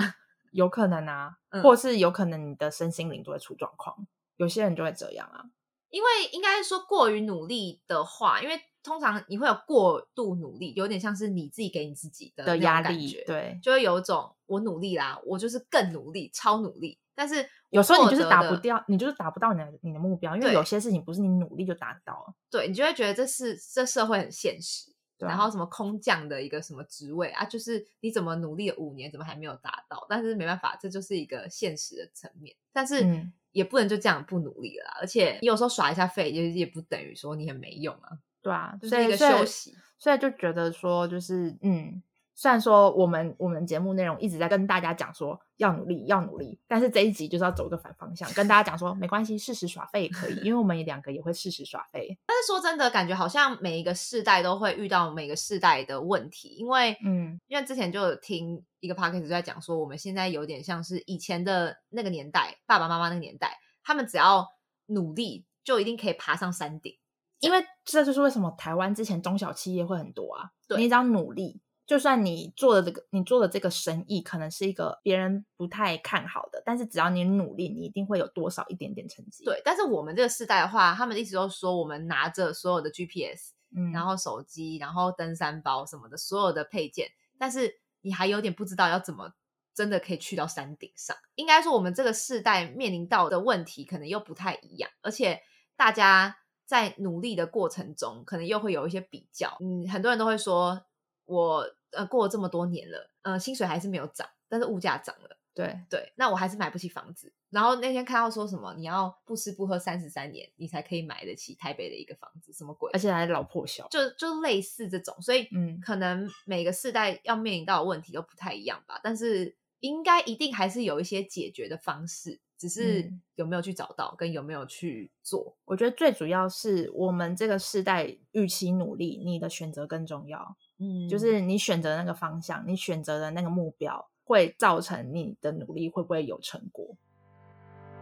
[SPEAKER 2] 有可能啊，
[SPEAKER 3] 嗯
[SPEAKER 2] 或是有可能你的身心灵就会出状况，有些人就会这样啊。
[SPEAKER 3] 因为应该说过于努力的话，因为通常你会有过度努力，有点像是你自己给你自己呃的那
[SPEAKER 2] 的
[SPEAKER 3] 种
[SPEAKER 2] 压
[SPEAKER 3] 感
[SPEAKER 2] 力
[SPEAKER 3] 觉，
[SPEAKER 2] 对，
[SPEAKER 3] 就会有一种我努力啦，我就是更努力，超努力，但是我
[SPEAKER 2] 有时候你
[SPEAKER 3] 获
[SPEAKER 2] 就是
[SPEAKER 3] 得
[SPEAKER 2] 达
[SPEAKER 3] 的
[SPEAKER 2] 不掉，你就是达不到你的你的目标，因为
[SPEAKER 3] 对
[SPEAKER 2] 有些事情不是你努力就达得到。
[SPEAKER 3] 对你就会觉得这是这社会很现实。
[SPEAKER 2] 对啊
[SPEAKER 3] 然后什么空降的一个什么职位啊，就是你怎么努力了五年，怎么还没有达到？但是没办法，这就是一个现实的层面。但是
[SPEAKER 2] 嗯
[SPEAKER 3] 也不能就这样不努力了啦，而且你有时候耍一下废，也也不等于说你很没用啊，
[SPEAKER 2] 对啊，
[SPEAKER 3] 就
[SPEAKER 2] 所
[SPEAKER 3] 是
[SPEAKER 2] 以
[SPEAKER 3] 一个
[SPEAKER 2] 所以
[SPEAKER 3] 休息。
[SPEAKER 2] 所以就觉得说，就是嗯，虽然说我们我们节目内容一直在跟大家讲说要努力要努力，但是这一集就是要走个反方向，跟大家讲说没关系，适时耍废也可以，因为我们也两个也会适时耍废。
[SPEAKER 3] 但是说真的，感觉好像每一个世代都会遇到每个世代的问题，因为
[SPEAKER 2] 嗯，
[SPEAKER 3] 因为之前就有听一个 podcast 就在讲说，我们现在有点像是以前的那个年代，爸爸妈妈那个年代，他们只要努力就一定可以爬上山顶。
[SPEAKER 2] 因为这就是为什么台湾之前中小企业会很多啊，
[SPEAKER 3] 对
[SPEAKER 2] 你只要努力。就算你做的这个，你做的这个生意可能是一个别人不太看好的，但是只要你努力，你一定会有多少一点点成绩。，
[SPEAKER 3] 对，但是我们这个世代的话，他们一直都说我们拿着所有的 GPS，
[SPEAKER 2] 嗯，
[SPEAKER 3] 然后手机，然后登山包什么的，所有的配件，但是你还有点不知道要怎么真的可以去到山顶上。应该说，我们这个世代面临到的问题可能又不太一样，而且大家在努力的过程中，可能又会有一些比较。嗯，很多人都会说，我呃过了这么多年了，呃，薪水还是没有涨，但是物价涨了。
[SPEAKER 2] 对，
[SPEAKER 3] 对，那我还是买不起房子，然后那天看到说什么你要不吃不喝三十三年，你才可以买得起台北的一个房子，什么鬼
[SPEAKER 2] 而？且还老破小。
[SPEAKER 3] 就就类似这种，所以
[SPEAKER 2] 嗯
[SPEAKER 3] 可能每个世代要面临到的问题都不太一样吧，但是应该一定还是有一些解决的方式，只是
[SPEAKER 2] 嗯
[SPEAKER 3] 有没有去找到，跟有没有去做。
[SPEAKER 2] 我觉得最主要是我们这个世代预期努力，你的选择更重要。
[SPEAKER 3] 嗯
[SPEAKER 2] 就。是你选择的那个方向，你选择的那个目标，会造成你的努力会不会有成果。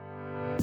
[SPEAKER 3] 但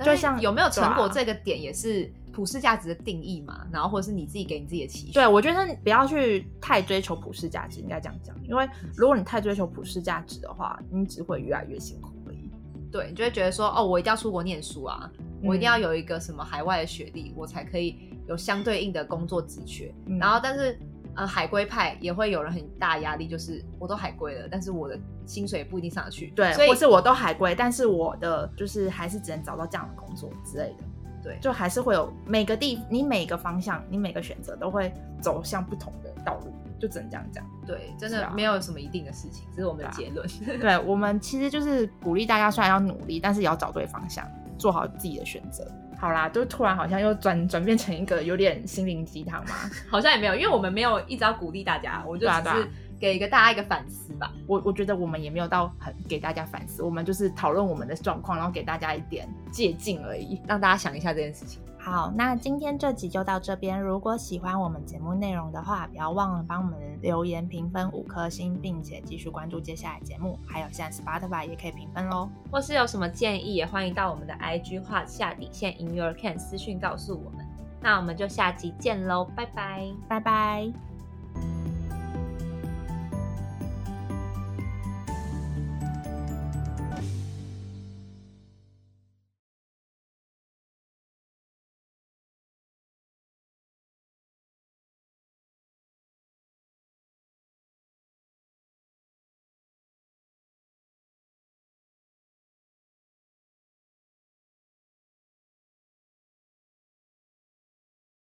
[SPEAKER 2] 就是像
[SPEAKER 3] 有没有
[SPEAKER 2] 对
[SPEAKER 3] 成果
[SPEAKER 2] 啊
[SPEAKER 3] 这个点，也是普世价值的定义嘛，然后或者是你自己给你自己的期许。
[SPEAKER 2] 对，我觉得不要去太追求普世价值，应该这样讲，因为如果你太追求普世价值的话，你只会越来越辛苦而已。
[SPEAKER 3] 对，你就会觉得说，哦，我一定要出国念书啊，我一定
[SPEAKER 2] 嗯
[SPEAKER 3] 要有一个什么海外的学历，我才可以有相对应的工作职缺。
[SPEAKER 2] 嗯
[SPEAKER 3] 然后，但是，呃，海归派也会有人很大压力，就是我都海归了，但是我的薪水也不一定上得去。
[SPEAKER 2] 对，
[SPEAKER 3] 所以
[SPEAKER 2] 或是我都海归，但是我的就是还是只能找到这样的工作之类的。
[SPEAKER 3] 对
[SPEAKER 2] 就还是会有每个地，你每个方向，你每个选择都会走向不同的道路，就只能这样讲。
[SPEAKER 3] 对，真
[SPEAKER 2] 是
[SPEAKER 3] 的
[SPEAKER 2] 啊
[SPEAKER 3] 没有什么一定的事情，这是我们的
[SPEAKER 2] 对
[SPEAKER 3] 结论。
[SPEAKER 2] 对我们其实就是鼓励大家，虽然要努力，但是也要找对方向，做好自己的选择。好啦，就突然好像又转转变成一个有点心灵鸡汤嘛。
[SPEAKER 3] 好像也没有，因为我们没有一直要鼓励大家，我就
[SPEAKER 2] 对啊
[SPEAKER 3] 只
[SPEAKER 2] 对
[SPEAKER 3] 是
[SPEAKER 2] 啊
[SPEAKER 3] 给一个大家一个反思吧。
[SPEAKER 2] 我我觉得我们也没有到很给大家反思，我们就是讨论我们的状况，然后给大家一点借鉴而已。
[SPEAKER 3] 让大家想一下这件事情。
[SPEAKER 2] 好，那今天这集就到这边。如果喜欢我们节目内容的话，不要忘了帮我们留言评分五颗星，并且继续关注接下来节目。还有现在 Spotify 也可以评分喽。
[SPEAKER 3] 或是有什么建议，也欢迎到我们的 IG 画下底线 In Your Can 私讯告诉我们。那我们就下集见喽，拜拜。
[SPEAKER 2] 拜拜。